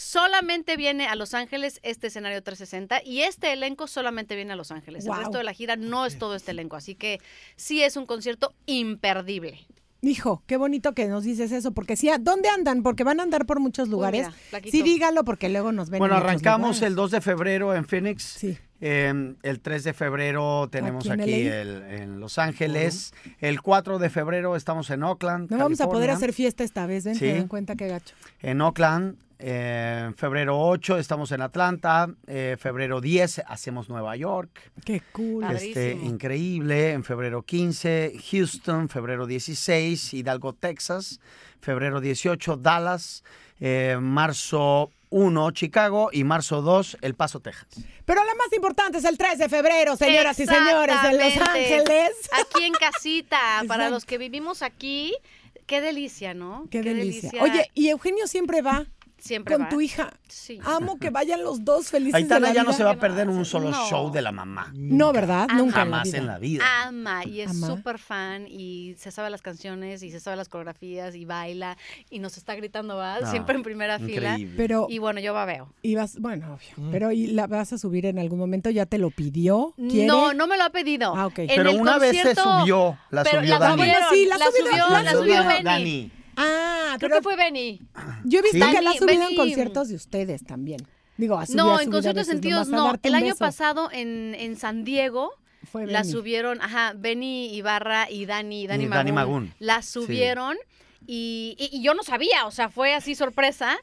[SPEAKER 3] Solamente viene a Los Ángeles este escenario 360 y este elenco solamente viene a Los Ángeles.
[SPEAKER 2] Guau.
[SPEAKER 3] El resto de la gira no es todo este elenco, así que sí es un concierto imperdible.
[SPEAKER 2] Hijo, qué bonito que nos dices eso, porque sí, ¿a ¿dónde andan? Porque van a andar por muchos lugares.
[SPEAKER 3] mira, flaquito.
[SPEAKER 2] sí, dígalo, porque luego nos ven.
[SPEAKER 4] Bueno,
[SPEAKER 2] en otros
[SPEAKER 4] arrancamos
[SPEAKER 2] lugares.
[SPEAKER 4] el 2 de febrero en Phoenix.
[SPEAKER 2] Sí.
[SPEAKER 4] Eh, el 3 de febrero tenemos
[SPEAKER 2] Aquí en
[SPEAKER 4] aquí
[SPEAKER 2] LA.
[SPEAKER 4] el- en Los Ángeles. El 4 de febrero estamos en Oakland.
[SPEAKER 2] No vamos a poder
[SPEAKER 4] California.
[SPEAKER 2] hacer fiesta esta vez, ven,
[SPEAKER 4] Sí.
[SPEAKER 2] te dan cuenta que gacho.
[SPEAKER 4] En Oakland, eh, en febrero 8 estamos en Atlanta. eh, febrero 10 hacemos Nueva York.
[SPEAKER 2] Qué cool.
[SPEAKER 3] Padre.
[SPEAKER 4] Este,
[SPEAKER 3] Padrísimo.
[SPEAKER 4] increíble. En febrero 15, Houston. Febrero 16, Hidalgo, Texas. Febrero 18, Dallas. eh, marzo 1, Chicago. Y marzo 2, El Paso, Texas.
[SPEAKER 2] Pero la más importante es el 3 de febrero, señoras y señores, en Los
[SPEAKER 3] Exactamente. Ah,
[SPEAKER 2] Ángeles.
[SPEAKER 3] Aquí en casita, para
[SPEAKER 2] Exacto.
[SPEAKER 3] los que vivimos aquí, qué delicia, ¿no?
[SPEAKER 2] [laughs] Qué, delicia. Oye, y Eugenio siempre va
[SPEAKER 3] siempre
[SPEAKER 2] con
[SPEAKER 3] va.
[SPEAKER 2] tu hija.
[SPEAKER 3] Sí.
[SPEAKER 2] Amo que vayan los dos felices de
[SPEAKER 4] Aitana
[SPEAKER 2] la
[SPEAKER 4] ya no
[SPEAKER 2] vida.
[SPEAKER 4] se va a
[SPEAKER 3] ¿Qué
[SPEAKER 4] perder
[SPEAKER 3] más?
[SPEAKER 4] un solo
[SPEAKER 3] No.
[SPEAKER 4] show de la mamá.
[SPEAKER 2] No, ¿verdad?
[SPEAKER 3] Ama.
[SPEAKER 2] Nunca
[SPEAKER 4] Jamás en la vida.
[SPEAKER 3] Ama y es
[SPEAKER 2] Ama.
[SPEAKER 3] súper fan y se sabe las canciones y se sabe las coreografías y baila y nos está gritando ¿va?
[SPEAKER 4] No,
[SPEAKER 3] siempre en primera fila.
[SPEAKER 4] increíble.
[SPEAKER 2] Pero
[SPEAKER 3] Y bueno, yo babeo.
[SPEAKER 2] y vas, bueno, obvio,
[SPEAKER 4] Mm.
[SPEAKER 2] pero ¿y la vas a subir en algún momento? ¿Ya te lo pidió? ¿Quiere?
[SPEAKER 3] No, no me lo ha pedido.
[SPEAKER 2] Ah, ok. Ah,
[SPEAKER 3] En
[SPEAKER 4] Pero
[SPEAKER 3] el
[SPEAKER 4] una vez se
[SPEAKER 3] concierto-
[SPEAKER 4] subió, la
[SPEAKER 3] pero
[SPEAKER 4] subió Dani.
[SPEAKER 3] subieron,
[SPEAKER 2] Bueno, sí, la
[SPEAKER 3] la
[SPEAKER 2] subió-
[SPEAKER 3] subió,
[SPEAKER 2] la
[SPEAKER 3] la subió
[SPEAKER 2] subió
[SPEAKER 3] Benny.
[SPEAKER 4] Dani.
[SPEAKER 2] Ah,
[SPEAKER 3] Creo
[SPEAKER 2] pero
[SPEAKER 3] que fue Benny.
[SPEAKER 2] yo he visto
[SPEAKER 4] ¿Sí?
[SPEAKER 2] que la ha
[SPEAKER 3] Dani,
[SPEAKER 2] subido en
[SPEAKER 3] Benny.
[SPEAKER 2] conciertos de ustedes también. Digo, ha subido, ha
[SPEAKER 3] No, en
[SPEAKER 2] subido
[SPEAKER 3] conciertos
[SPEAKER 2] veces
[SPEAKER 3] sentidos
[SPEAKER 2] nomás a
[SPEAKER 3] no.
[SPEAKER 2] darte
[SPEAKER 3] El
[SPEAKER 2] un
[SPEAKER 3] año
[SPEAKER 2] beso.
[SPEAKER 3] pasado en, en San Diego
[SPEAKER 2] Fue
[SPEAKER 3] la
[SPEAKER 2] Benny.
[SPEAKER 3] subieron, ajá, Benny Ibarra y Dani, Dani,
[SPEAKER 4] Y
[SPEAKER 3] Magún,
[SPEAKER 4] Dani Magún,
[SPEAKER 3] La
[SPEAKER 4] sí.
[SPEAKER 3] subieron y, y- y yo no sabía, o sea, fue así sorpresa.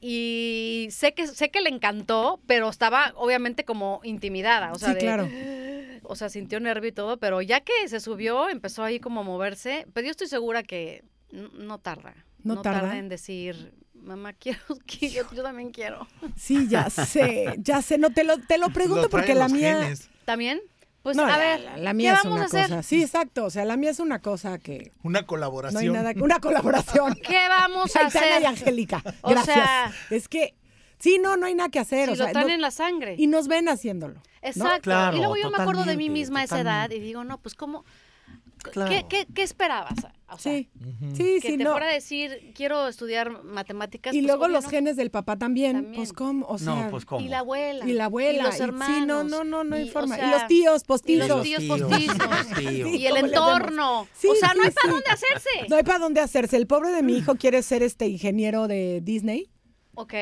[SPEAKER 3] Y sé que, sé que le encantó, pero estaba obviamente como intimidada. O sea,
[SPEAKER 2] Sí,
[SPEAKER 3] de- [laughs]
[SPEAKER 2] claro.
[SPEAKER 3] [gasps] O sea, sintió nervio y todo, pero ya que se subió, empezó ahí como a moverse. Pero yo estoy segura que n- no tarda.
[SPEAKER 2] ¿No tarda?
[SPEAKER 3] en decir, mamá, quiero, [laughs] que yo, yo también quiero.
[SPEAKER 2] Sí, ya sé, ya sé. No, te lo, te lo pregunto
[SPEAKER 5] Lo traen
[SPEAKER 2] porque la
[SPEAKER 5] los
[SPEAKER 2] mía...
[SPEAKER 5] genes.
[SPEAKER 3] ¿También? Pues
[SPEAKER 2] No,
[SPEAKER 3] a
[SPEAKER 2] la-
[SPEAKER 3] ver,
[SPEAKER 2] la, la mía
[SPEAKER 3] ¿qué
[SPEAKER 2] es
[SPEAKER 3] vamos
[SPEAKER 2] una
[SPEAKER 3] a hacer?
[SPEAKER 2] cosa. Sí, exacto. O sea, la mía es una cosa que
[SPEAKER 5] Una
[SPEAKER 2] no hay
[SPEAKER 5] colaboración.
[SPEAKER 2] nada. Una colaboración.
[SPEAKER 3] [laughs] ¿Qué vamos a
[SPEAKER 2] Aitana
[SPEAKER 3] hacer?
[SPEAKER 2] y Angélica.
[SPEAKER 3] O
[SPEAKER 2] Gracias.
[SPEAKER 3] sea-
[SPEAKER 2] es que, sí, no, no hay nada que hacer.
[SPEAKER 3] si
[SPEAKER 2] o sea,
[SPEAKER 3] lo traen
[SPEAKER 2] no-
[SPEAKER 3] en la sangre.
[SPEAKER 2] Y nos ven haciéndolo.
[SPEAKER 3] Exacto.
[SPEAKER 4] Claro,
[SPEAKER 3] y luego yo me acuerdo de mí
[SPEAKER 4] totalmente,
[SPEAKER 3] misma a esa edad y
[SPEAKER 4] totalmente.
[SPEAKER 3] digo, no, pues ¿cómo? ¿Qué-
[SPEAKER 4] Claro.
[SPEAKER 3] ¿Qué, qué, qué esperabas? O sea,
[SPEAKER 2] sí. Sí,
[SPEAKER 3] que
[SPEAKER 2] sí,
[SPEAKER 3] te
[SPEAKER 2] no.
[SPEAKER 3] fuera a decir, quiero estudiar matemáticas.
[SPEAKER 2] Y
[SPEAKER 3] pues,
[SPEAKER 2] luego
[SPEAKER 3] obvio
[SPEAKER 2] los
[SPEAKER 3] no.
[SPEAKER 2] genes del papá también.
[SPEAKER 3] También.
[SPEAKER 2] Pues, ¿cómo? O sea,
[SPEAKER 4] no, pues cómo.
[SPEAKER 3] Y la abuela.
[SPEAKER 2] Y la abuela.
[SPEAKER 3] Y los
[SPEAKER 2] y-
[SPEAKER 3] hermanos.
[SPEAKER 2] Sí, no, no, no, no hay
[SPEAKER 3] o
[SPEAKER 2] forma.
[SPEAKER 3] sea,
[SPEAKER 2] y los tíos
[SPEAKER 3] Y
[SPEAKER 2] postizos.
[SPEAKER 3] los tíos postizos.
[SPEAKER 2] [laughs]
[SPEAKER 4] los tíos.
[SPEAKER 3] Y el
[SPEAKER 2] ¿Cómo le hacemos?
[SPEAKER 3] entorno.
[SPEAKER 2] Sí,
[SPEAKER 3] o sea,
[SPEAKER 2] sí,
[SPEAKER 3] no hay
[SPEAKER 2] sí.
[SPEAKER 3] para dónde hacerse.
[SPEAKER 2] No hay para dónde hacerse. El pobre de mi hijo quiere ser este ingeniero de Disney.
[SPEAKER 3] Ok,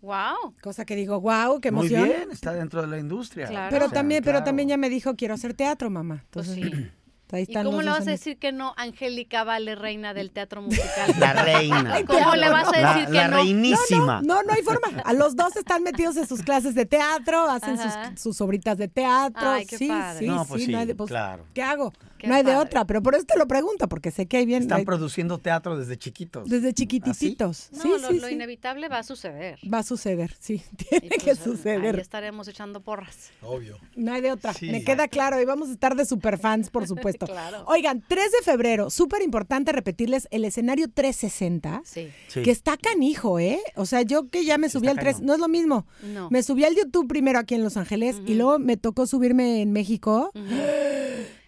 [SPEAKER 3] wow.
[SPEAKER 2] Cosa que digo, wow, qué
[SPEAKER 4] Muy
[SPEAKER 2] emoción.
[SPEAKER 4] bien, está dentro de la industria.
[SPEAKER 3] Claro.
[SPEAKER 2] Pero
[SPEAKER 3] O sea,
[SPEAKER 2] también, pero también ya me dijo, quiero hacer teatro, mamá.
[SPEAKER 3] Pues
[SPEAKER 2] Entonces,
[SPEAKER 3] sí.
[SPEAKER 2] ahí
[SPEAKER 3] ¿Y
[SPEAKER 2] están
[SPEAKER 3] cómo
[SPEAKER 2] los
[SPEAKER 3] le
[SPEAKER 2] dos
[SPEAKER 3] vas a
[SPEAKER 2] en-
[SPEAKER 3] decir que no, Angélica Vale, reina del
[SPEAKER 2] [laughs]
[SPEAKER 3] teatro musical?
[SPEAKER 4] La reina.
[SPEAKER 3] ¿Cómo le vas a
[SPEAKER 4] La-
[SPEAKER 3] decir
[SPEAKER 4] la
[SPEAKER 3] que no?
[SPEAKER 4] reinísima.
[SPEAKER 2] No, no hay forma. A los dos están metidos en sus clases de teatro, hacen
[SPEAKER 3] Ajá.
[SPEAKER 2] sus, sus obritas de teatro.
[SPEAKER 3] Ay, qué
[SPEAKER 2] sí,
[SPEAKER 3] padre.
[SPEAKER 2] sí,
[SPEAKER 4] No, pues sí,
[SPEAKER 2] hay de- pues,
[SPEAKER 4] claro.
[SPEAKER 2] ¿Qué hago?
[SPEAKER 3] Qué
[SPEAKER 2] no hay de
[SPEAKER 3] padre.
[SPEAKER 2] otra, pero por eso te lo pregunto, porque sé que hay bien.
[SPEAKER 4] Están ¿Ah,
[SPEAKER 2] hay-
[SPEAKER 4] produciendo teatro desde chiquitos.
[SPEAKER 2] desde chiquitititos.
[SPEAKER 3] No,
[SPEAKER 2] sí,
[SPEAKER 3] lo,
[SPEAKER 2] sí,
[SPEAKER 3] lo
[SPEAKER 2] sí.
[SPEAKER 3] inevitable va
[SPEAKER 2] [laughs]
[SPEAKER 3] a suceder.
[SPEAKER 2] Va a suceder, sí, tiene
[SPEAKER 3] Y, pues,
[SPEAKER 2] que
[SPEAKER 3] Ahí
[SPEAKER 2] suceder.
[SPEAKER 3] estaremos echando porras.
[SPEAKER 5] Obvio.
[SPEAKER 2] No hay de otra.
[SPEAKER 5] Sí.
[SPEAKER 2] Me queda claro. Y vamos a estar de superfans, por supuesto.
[SPEAKER 3] [laughs] Claro.
[SPEAKER 2] Oigan, 3 de febrero, súper importante repetirles el escenario 360.
[SPEAKER 3] Sí.
[SPEAKER 4] Sí.
[SPEAKER 2] Que está canijo, ¿eh? O sea, yo que ya me subí
[SPEAKER 4] está
[SPEAKER 2] al 3,
[SPEAKER 4] cañón.
[SPEAKER 2] no es lo mismo.
[SPEAKER 3] No.
[SPEAKER 2] Me subí al YouTube primero aquí en Los Ángeles y luego me tocó subirme en México.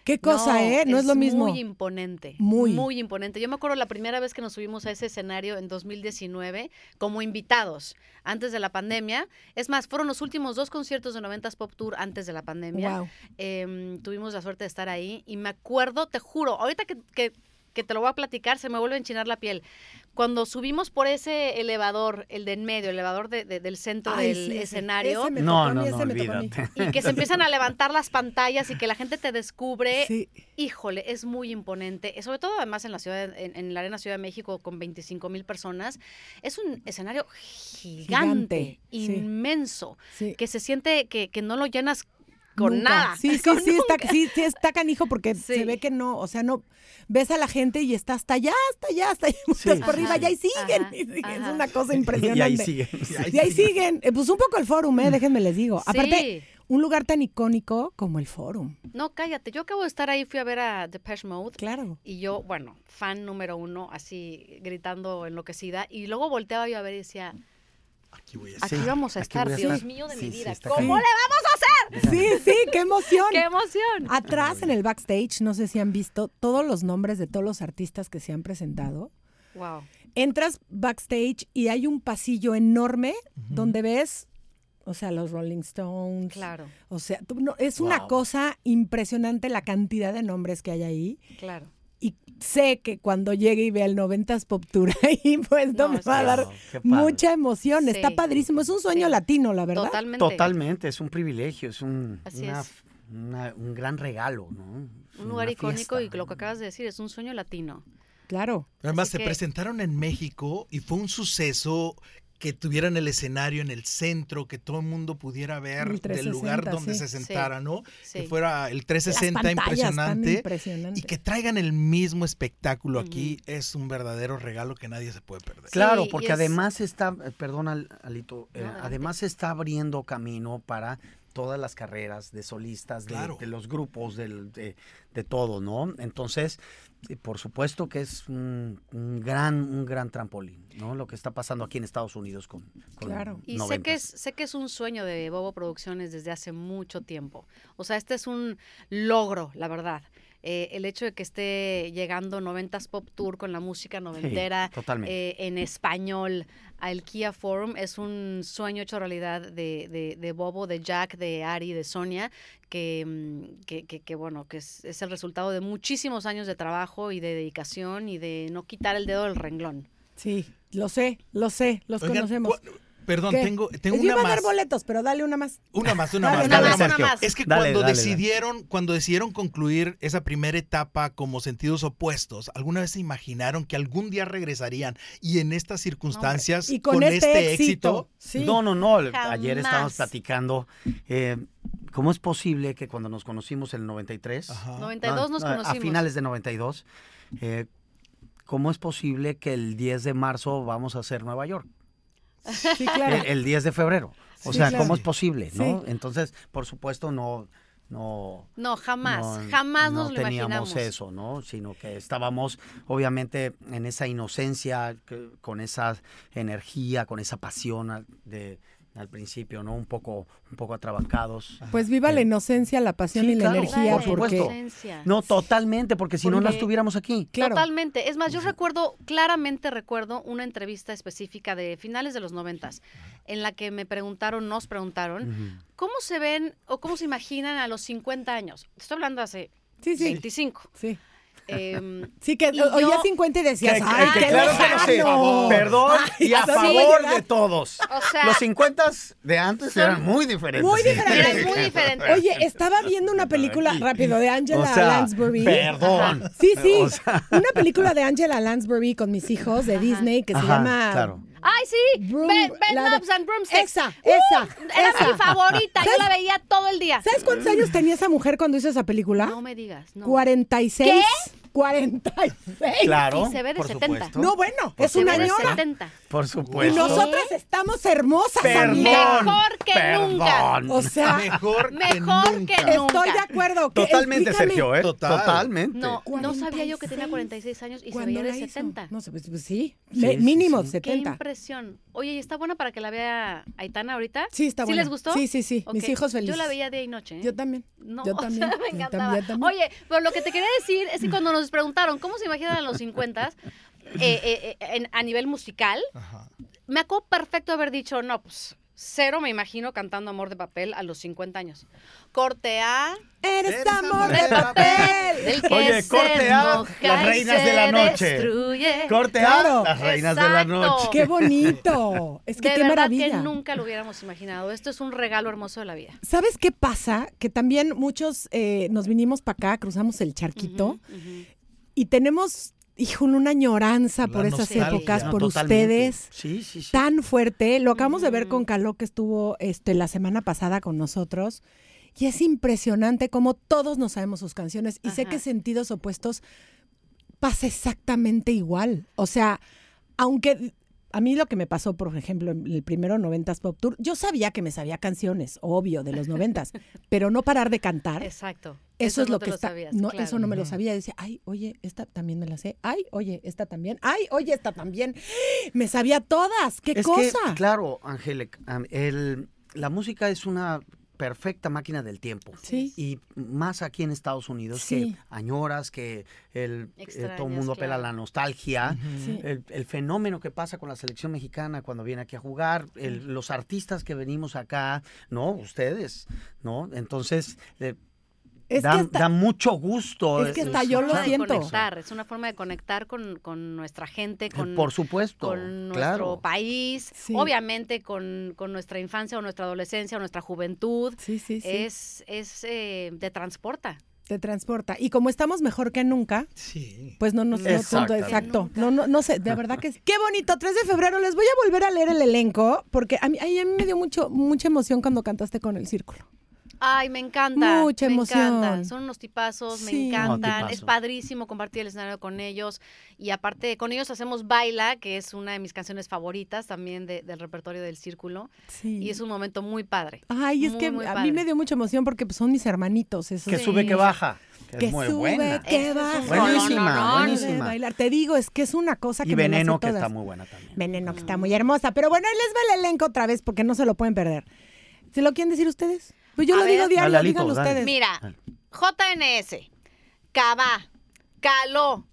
[SPEAKER 2] Qué cosa, ¿eh? No es, lo mismo.
[SPEAKER 3] Muy imponente.
[SPEAKER 2] Muy.
[SPEAKER 3] Muy. imponente. Yo me acuerdo la primera vez que nos subimos a ese escenario en 2019 como invitados, antes de la pandemia. Es más, fueron los últimos dos conciertos de 90s Pop Tour antes de la pandemia.
[SPEAKER 2] Wow.
[SPEAKER 3] Em, tuvimos la suerte de estar ahí y me acuerdo, te juro, ahorita que, que- que te lo voy a platicar, se me vuelve a enchinar la piel. Cuando subimos por ese elevador, el de en medio, el elevador de- de- del centro
[SPEAKER 2] Ay,
[SPEAKER 3] del
[SPEAKER 2] sí, sí,
[SPEAKER 3] escenario,
[SPEAKER 2] ese me tocó a mí,
[SPEAKER 4] No, no,
[SPEAKER 2] ese
[SPEAKER 4] no,
[SPEAKER 2] me tocó a mí.
[SPEAKER 4] olvídate. [laughs]
[SPEAKER 3] y que se empiezan a levantar las pantallas y que la gente te descubre.
[SPEAKER 2] Sí.
[SPEAKER 3] Híjole, es muy imponente, eh, sobre todo además en la ciudad, en, en la arena Ciudad de México con 25 mil personas, es un escenario gigante,
[SPEAKER 2] Gigante, sí.
[SPEAKER 3] inmenso,
[SPEAKER 2] Sí.
[SPEAKER 3] que se siente que, que no lo llenas con
[SPEAKER 2] Nunca.
[SPEAKER 3] nada. [laughs]
[SPEAKER 2] Sí, sí,
[SPEAKER 3] con
[SPEAKER 2] sí, está,
[SPEAKER 3] nunca.
[SPEAKER 2] sí, sí, está canijo porque
[SPEAKER 3] Sí.
[SPEAKER 2] se ve que no, o sea, no ves a la gente y está hasta allá, hasta allá, hasta allá, estás por
[SPEAKER 3] sí,
[SPEAKER 2] arriba,
[SPEAKER 3] sí.
[SPEAKER 2] ya y siguen.
[SPEAKER 3] Ajá,
[SPEAKER 2] y siguen. es
[SPEAKER 3] ajá.
[SPEAKER 2] una cosa
[SPEAKER 4] [laughs] Y,
[SPEAKER 2] impresionante.
[SPEAKER 4] ahí sigue.
[SPEAKER 2] Y ahí siguen. Eh, Pues un poco el forum, ¿eh? déjenme les digo.
[SPEAKER 3] Sí.
[SPEAKER 2] Aparte, un lugar tan icónico como el forum.
[SPEAKER 3] No, cállate, yo acabo de estar ahí, fui a ver a Depeche Mode.
[SPEAKER 2] Claro.
[SPEAKER 3] Y yo, bueno, fan número uno, así gritando enloquecida. Y luego volteaba yo a ver y decía,
[SPEAKER 5] Aquí voy a
[SPEAKER 3] aquí
[SPEAKER 4] Sí,
[SPEAKER 3] vamos a
[SPEAKER 4] aquí
[SPEAKER 3] estar,
[SPEAKER 4] voy a
[SPEAKER 3] Dios
[SPEAKER 4] estar.
[SPEAKER 3] mío de
[SPEAKER 4] Sí,
[SPEAKER 3] mi
[SPEAKER 4] sí,
[SPEAKER 3] vida.
[SPEAKER 4] está
[SPEAKER 3] ¿Cómo
[SPEAKER 4] cañón.
[SPEAKER 3] le vamos a hacer?
[SPEAKER 2] Sí, sí, qué emoción.
[SPEAKER 3] ¡Qué emoción!
[SPEAKER 2] Atrás en el backstage, no sé si han visto todos los nombres de todos los artistas que se han presentado.
[SPEAKER 3] Wow.
[SPEAKER 2] Entras backstage y hay un pasillo enorme donde ves, o sea, los Rolling Stones.
[SPEAKER 3] Claro,
[SPEAKER 2] O sea, tú- no, es una
[SPEAKER 4] Wow.
[SPEAKER 2] cosa impresionante la cantidad de nombres que hay ahí.
[SPEAKER 3] claro.
[SPEAKER 2] Y sé que cuando llegue y vea el 90s Pop Tour [laughs] ahí, pues no,
[SPEAKER 3] No,
[SPEAKER 2] me
[SPEAKER 3] es
[SPEAKER 2] va a
[SPEAKER 3] que-
[SPEAKER 2] dar
[SPEAKER 4] Wow, qué padre.
[SPEAKER 2] mucha emoción. Está
[SPEAKER 3] Sí.
[SPEAKER 2] padrísimo. Es un sueño
[SPEAKER 3] Sí.
[SPEAKER 2] latino, la verdad.
[SPEAKER 3] Totalmente.
[SPEAKER 4] Totalmente, es un privilegio, es un,
[SPEAKER 3] Así
[SPEAKER 4] una-
[SPEAKER 3] es.
[SPEAKER 4] una- un gran regalo, ¿no? Es
[SPEAKER 3] Un lugar
[SPEAKER 4] una
[SPEAKER 3] icónico
[SPEAKER 4] fiesta.
[SPEAKER 3] y lo que acabas de decir es un sueño latino.
[SPEAKER 2] Claro.
[SPEAKER 5] Además,
[SPEAKER 3] Así
[SPEAKER 5] se
[SPEAKER 3] que-
[SPEAKER 5] presentaron en México y fue un suceso que tuvieran el escenario en el centro, que todo el mundo pudiera ver
[SPEAKER 2] El
[SPEAKER 5] del lugar
[SPEAKER 2] 360,
[SPEAKER 5] donde
[SPEAKER 2] sí.
[SPEAKER 5] se sentara, ¿no?
[SPEAKER 3] Sí.
[SPEAKER 5] Que fuera el
[SPEAKER 2] Las
[SPEAKER 5] 360
[SPEAKER 2] pantallas tan
[SPEAKER 5] impresionante.
[SPEAKER 2] impresionantes.
[SPEAKER 5] Y que traigan el mismo espectáculo aquí es un verdadero regalo que nadie se puede perder.
[SPEAKER 4] Claro,
[SPEAKER 3] Sí, y
[SPEAKER 4] porque
[SPEAKER 3] es-
[SPEAKER 4] además está, eh, perdón Al- Alito, eh,
[SPEAKER 3] adelante.
[SPEAKER 4] además se está abriendo camino para todas las carreras de solistas, de,
[SPEAKER 5] Claro.
[SPEAKER 4] de los grupos, del- de, de todo, ¿no? Entonces, eh, por supuesto que es un, un gran, un gran trampolín, ¿no? Lo que está pasando aquí en Estados Unidos con, con
[SPEAKER 2] Claro.
[SPEAKER 3] Y sé que, es,
[SPEAKER 4] 90s.
[SPEAKER 3] sé que es un sueño de Bobo Producciones desde hace mucho tiempo. O sea, este es un logro, la verdad. Eh, el hecho de que esté llegando 90s Pop Tour con la música noventera
[SPEAKER 4] totalmente.
[SPEAKER 3] eh, en español al Kia Forum es un sueño hecho realidad de, de- de Bobo, de Jack, de Ari, de Sonia, que, mm, que, que- que, bueno, que es, es el resultado de muchísimos años de trabajo y de dedicación y de no quitar el dedo del renglón.
[SPEAKER 2] Sí, lo sé, lo sé, los
[SPEAKER 5] Oigan,
[SPEAKER 2] conocemos.
[SPEAKER 5] cua- Perdón,
[SPEAKER 2] ¿Qué?
[SPEAKER 5] tengo, tengo
[SPEAKER 2] Yo
[SPEAKER 5] una
[SPEAKER 2] iba a
[SPEAKER 5] más.
[SPEAKER 2] dar boletos, pero dale una más.
[SPEAKER 5] Una más, una más.
[SPEAKER 2] Una
[SPEAKER 5] dale,
[SPEAKER 3] más,
[SPEAKER 5] Marco.
[SPEAKER 3] una más.
[SPEAKER 5] Es que
[SPEAKER 4] Dale,
[SPEAKER 5] cuando
[SPEAKER 4] dale, dale.
[SPEAKER 5] decidieron, cuando decidieron concluir esa primera etapa como sentidos opuestos, ¿alguna vez se imaginaron que algún día regresarían y en estas circunstancias
[SPEAKER 2] Y con, este, éxito. Sí.
[SPEAKER 4] No, no, no. el- Ayer
[SPEAKER 3] Jamás.
[SPEAKER 4] estábamos platicando. eh, ¿Cómo es posible que cuando nos conocimos en el 93,
[SPEAKER 5] Ajá.
[SPEAKER 3] 92 nos
[SPEAKER 4] Ah, No, no,
[SPEAKER 3] conocimos.
[SPEAKER 4] A finales de 92. eh, ¿Cómo es posible que el 10 de marzo vamos a hacer Nueva York?
[SPEAKER 3] [laughs]
[SPEAKER 2] Sí, claro.
[SPEAKER 4] El, el 10 de febrero. O
[SPEAKER 2] Sí,
[SPEAKER 4] sea,
[SPEAKER 2] claro.
[SPEAKER 4] ¿cómo es posible?
[SPEAKER 2] Sí.
[SPEAKER 4] ¿no? Entonces, por supuesto, no... No,
[SPEAKER 3] No, jamás,
[SPEAKER 4] no-
[SPEAKER 3] jamás nos
[SPEAKER 4] no
[SPEAKER 3] lo
[SPEAKER 4] teníamos
[SPEAKER 3] imaginamos.
[SPEAKER 4] eso, ¿no? Sino que estábamos, obviamente, en esa inocencia, que- con esa energía, con esa pasión al- de, al principio, ¿no? Un poco, un poco atrabancados.
[SPEAKER 2] Pues viva la
[SPEAKER 4] Eh,
[SPEAKER 2] inocencia, la pasión
[SPEAKER 4] sí,
[SPEAKER 2] y la
[SPEAKER 4] claro,
[SPEAKER 2] energía,
[SPEAKER 4] por
[SPEAKER 2] porque
[SPEAKER 4] supuesto.
[SPEAKER 3] Esencia.
[SPEAKER 4] No, totalmente, porque si no, no
[SPEAKER 3] Porque-
[SPEAKER 4] estuviéramos aquí.
[SPEAKER 2] claro,
[SPEAKER 3] Totalmente. Es más, yo recuerdo, claramente recuerdo una entrevista específica de finales de los noventas, en la que me preguntaron, nos preguntaron, ¿cómo se ven o cómo se imaginan a los 50 años? Estoy hablando hace
[SPEAKER 2] sí, sí,
[SPEAKER 3] 25.
[SPEAKER 2] sí, [laughs]
[SPEAKER 3] Em,
[SPEAKER 2] sí que
[SPEAKER 3] Y
[SPEAKER 2] o- oía
[SPEAKER 3] yo-
[SPEAKER 2] 50 y decías,
[SPEAKER 4] Que-
[SPEAKER 2] ay,
[SPEAKER 4] que
[SPEAKER 2] qué
[SPEAKER 4] claro que no sé.
[SPEAKER 2] lejano.
[SPEAKER 4] Perdón y a
[SPEAKER 2] hasta
[SPEAKER 4] favor
[SPEAKER 2] llegar.
[SPEAKER 4] de todos.
[SPEAKER 3] o sea,
[SPEAKER 4] Los 50 de antes eran muy diferentes.
[SPEAKER 2] Muy diferente.
[SPEAKER 3] eran muy diferentes.
[SPEAKER 2] Oye, estaba viendo una película rápido de Angela
[SPEAKER 4] O sea,
[SPEAKER 2] Lansbury.
[SPEAKER 4] perdón.
[SPEAKER 2] Sí, sí.
[SPEAKER 4] O sea,
[SPEAKER 2] Una película de Angela Lansbury con mis hijos de Disney que se
[SPEAKER 4] Ajá,
[SPEAKER 2] llama
[SPEAKER 4] claro.
[SPEAKER 3] ¡Ay, sí!
[SPEAKER 2] Broom-
[SPEAKER 3] Bed, Bed
[SPEAKER 2] la de-
[SPEAKER 3] Knobs and Broomsticks.
[SPEAKER 2] Esa,
[SPEAKER 3] ¡Uh!
[SPEAKER 2] esa,
[SPEAKER 3] Era
[SPEAKER 2] esa.
[SPEAKER 3] mi favorita. Yo la veía todo el día.
[SPEAKER 2] ¿Sabes cuántos años tenía esa mujer cuando hizo esa película?
[SPEAKER 3] No me digas, no.
[SPEAKER 2] 46. ¿Qué? 46.
[SPEAKER 4] claro. Pues
[SPEAKER 3] Y se ve de
[SPEAKER 4] por
[SPEAKER 3] 70.
[SPEAKER 4] supuesto.
[SPEAKER 2] No, bueno, es
[SPEAKER 3] Se
[SPEAKER 2] un
[SPEAKER 3] ve de
[SPEAKER 2] año.
[SPEAKER 3] 70.
[SPEAKER 4] Por supuesto.
[SPEAKER 2] y nosotras estamos hermosas,
[SPEAKER 4] Perdón,
[SPEAKER 2] amiga.
[SPEAKER 3] Mejor que
[SPEAKER 4] perdón.
[SPEAKER 3] nunca.
[SPEAKER 2] O sea,
[SPEAKER 5] Mejor,
[SPEAKER 3] Mejor
[SPEAKER 5] que
[SPEAKER 3] que
[SPEAKER 5] nunca.
[SPEAKER 3] no.
[SPEAKER 2] estoy de acuerdo. que
[SPEAKER 4] Totalmente,
[SPEAKER 2] explícame.
[SPEAKER 4] Sergio, ¿eh?
[SPEAKER 5] Total.
[SPEAKER 4] Totalmente.
[SPEAKER 3] No, no sabía yo que tenía
[SPEAKER 2] 46
[SPEAKER 3] 46 años y se
[SPEAKER 2] ¿Cuándo
[SPEAKER 3] veía de
[SPEAKER 2] la hizo?
[SPEAKER 3] 70.
[SPEAKER 2] No sé, pues, pues sí,
[SPEAKER 4] Sí,
[SPEAKER 2] me-
[SPEAKER 4] sí,
[SPEAKER 2] mínimo
[SPEAKER 4] sí.
[SPEAKER 3] Qué
[SPEAKER 2] 70.
[SPEAKER 3] impresión. Oye, ¿y está buena para que la vea Aitana ahorita?
[SPEAKER 2] Sí, está
[SPEAKER 3] ¿Sí
[SPEAKER 2] buena.
[SPEAKER 3] les gustó?
[SPEAKER 2] Sí, sí, sí.
[SPEAKER 3] Ok.
[SPEAKER 2] Mis hijos felices.
[SPEAKER 3] Yo la veía día y noche. ¿eh?
[SPEAKER 2] Yo también.
[SPEAKER 3] No,
[SPEAKER 2] yo
[SPEAKER 3] [laughs] o sea,
[SPEAKER 2] también.
[SPEAKER 3] me
[SPEAKER 2] Yo
[SPEAKER 3] encantaba.
[SPEAKER 2] también, yo también.
[SPEAKER 3] Oye, pero lo que te quería decir es que cuando nos preguntaron cómo se imaginan a los eh, 50 a nivel musical,
[SPEAKER 5] Ajá.
[SPEAKER 3] me acuerdo perfecto haber dicho, no, pues cero me imagino cantando Amor de Papel a los 50 años. Corte A
[SPEAKER 2] Eres
[SPEAKER 5] Eres
[SPEAKER 2] amor
[SPEAKER 5] amor
[SPEAKER 2] de
[SPEAKER 5] de
[SPEAKER 2] papel.
[SPEAKER 3] del que
[SPEAKER 4] Oye,
[SPEAKER 3] se
[SPEAKER 4] corte A,
[SPEAKER 3] enoja
[SPEAKER 4] las
[SPEAKER 3] y
[SPEAKER 4] reinas
[SPEAKER 3] se
[SPEAKER 4] de la noche.
[SPEAKER 3] destruye.
[SPEAKER 4] Corte A,
[SPEAKER 2] Claro.
[SPEAKER 4] las reinas de la
[SPEAKER 3] Exacto.
[SPEAKER 4] noche.
[SPEAKER 2] Qué
[SPEAKER 3] [laughs]
[SPEAKER 2] bonito. Es que
[SPEAKER 3] de
[SPEAKER 2] qué
[SPEAKER 3] verdad
[SPEAKER 2] maravilla.
[SPEAKER 3] que nunca lo hubiéramos imaginado. Esto es un regalo hermoso de la vida.
[SPEAKER 2] ¿Sabes qué pasa? Que también muchos eh, nos vinimos para acá, cruzamos el charquito
[SPEAKER 3] Ujú, ujú.
[SPEAKER 2] y tenemos, hijo, una añoranza
[SPEAKER 5] La
[SPEAKER 2] por esas
[SPEAKER 3] nostalgia.
[SPEAKER 2] épocas,
[SPEAKER 4] No,
[SPEAKER 2] por
[SPEAKER 4] totalmente.
[SPEAKER 2] ustedes.
[SPEAKER 4] Sí, sí, sí.
[SPEAKER 2] tan fuerte. Lo acabamos de ver
[SPEAKER 3] Ujú.
[SPEAKER 2] con Caló que estuvo este, la semana pasada con nosotros. Y es impresionante cómo todos nos sabemos sus canciones. Y sé
[SPEAKER 3] Ajá.
[SPEAKER 2] que sentidos opuestos pasa exactamente igual. O sea, aunque a mí lo que me pasó, por ejemplo, en el primero 90s Pop Tour, yo sabía que me sabía canciones, obvio, de los
[SPEAKER 3] [laughs]
[SPEAKER 2] 90s, pero no parar de cantar.
[SPEAKER 3] Exacto.
[SPEAKER 2] Eso, es
[SPEAKER 3] no
[SPEAKER 2] lo
[SPEAKER 3] te
[SPEAKER 2] que está.
[SPEAKER 3] sabías,
[SPEAKER 2] no,
[SPEAKER 3] claro.
[SPEAKER 2] eso no me lo
[SPEAKER 5] Ujú.
[SPEAKER 2] sabía. Yo decía, ay, oye, esta también me la sé. Ay, oye, esta también. Ay, oye, esta también. Me sabía todas. ¡Qué
[SPEAKER 4] es
[SPEAKER 2] cosa!
[SPEAKER 4] que, claro, Angélica, am- el- la música es una perfecta máquina del tiempo.
[SPEAKER 2] Sí.
[SPEAKER 4] Y más aquí en Estados Unidos,
[SPEAKER 2] Sí.
[SPEAKER 4] que añoras, que el, eh, todo el
[SPEAKER 3] Extrañas,
[SPEAKER 4] mundo apela a
[SPEAKER 3] claro.
[SPEAKER 4] la nostalgia.
[SPEAKER 2] Sí.
[SPEAKER 4] El, el fenómeno que pasa con la selección mexicana cuando viene aquí a jugar, el- los artistas que venimos acá, ¿no? Ustedes, ¿no? Entonces, eh,
[SPEAKER 2] Es
[SPEAKER 4] da,
[SPEAKER 2] que hasta-
[SPEAKER 4] da mucho gusto.
[SPEAKER 2] es que
[SPEAKER 4] eh,
[SPEAKER 2] hasta
[SPEAKER 4] eh,
[SPEAKER 2] yo
[SPEAKER 3] Es una
[SPEAKER 2] lo
[SPEAKER 3] forma de
[SPEAKER 2] siento.
[SPEAKER 3] conectar, es una forma de conectar con, con nuestra gente, con,
[SPEAKER 4] Eh, Por supuesto,
[SPEAKER 3] con nuestro
[SPEAKER 4] claro.
[SPEAKER 3] país,
[SPEAKER 2] Sí.
[SPEAKER 3] obviamente con, con nuestra infancia o nuestra adolescencia o nuestra juventud.
[SPEAKER 2] Sí, sí, sí.
[SPEAKER 3] Es, es eh, te transporta.
[SPEAKER 2] Te transporta. Y como estamos mejor que nunca,
[SPEAKER 5] Sí.
[SPEAKER 2] pues no nos. no-
[SPEAKER 4] Exactamente.
[SPEAKER 2] exacto. No, no, no sé. De verdad que sí. Qué bonito. 3 de febrero. Les voy a volver a leer el elenco porque a mí, ay, a mí me dio mucho, mucha emoción cuando cantaste con el círculo.
[SPEAKER 3] Ay, me encanta.
[SPEAKER 2] Mucha
[SPEAKER 3] me
[SPEAKER 2] emoción.
[SPEAKER 3] Encantan. Son unos tipazos,
[SPEAKER 2] Sí.
[SPEAKER 3] me encantan.
[SPEAKER 4] No,
[SPEAKER 3] es
[SPEAKER 4] tipazo.
[SPEAKER 3] padrísimo compartir el escenario con ellos. Y aparte, con ellos hacemos Baila, que es una de mis canciones favoritas también de- del repertorio del círculo.
[SPEAKER 2] Sí.
[SPEAKER 3] Y es un momento muy padre.
[SPEAKER 2] Ay, es
[SPEAKER 3] muy,
[SPEAKER 2] que
[SPEAKER 3] muy
[SPEAKER 2] a mí
[SPEAKER 3] padre.
[SPEAKER 2] me dio mucha emoción porque pues, son mis hermanitos. esos
[SPEAKER 4] Que
[SPEAKER 3] Sí.
[SPEAKER 4] sube, que baja. Que,
[SPEAKER 2] que
[SPEAKER 4] es muy
[SPEAKER 2] sube,
[SPEAKER 4] buena.
[SPEAKER 3] Ese
[SPEAKER 2] que
[SPEAKER 3] es
[SPEAKER 2] baja.
[SPEAKER 3] un
[SPEAKER 4] Buenísima,
[SPEAKER 3] rolononón.
[SPEAKER 2] De
[SPEAKER 4] buenísima.
[SPEAKER 2] bailar. Te digo, es que es una cosa que
[SPEAKER 4] Y
[SPEAKER 2] me la sé
[SPEAKER 4] Veneno, que
[SPEAKER 2] todas.
[SPEAKER 4] está muy buena también.
[SPEAKER 2] Veneno, que está muy hermosa. Pero bueno, ahí les va el elenco otra vez porque no se lo pueden perder. ¿Se lo quieren decir ustedes? Pues yo
[SPEAKER 3] A
[SPEAKER 2] lo digo
[SPEAKER 3] ver.
[SPEAKER 2] diario,
[SPEAKER 4] Dale, Alito,
[SPEAKER 2] díganlo
[SPEAKER 4] dale.
[SPEAKER 2] ustedes.
[SPEAKER 3] Mira,
[SPEAKER 4] Dale.
[SPEAKER 3] JNS, Cabá, Caló,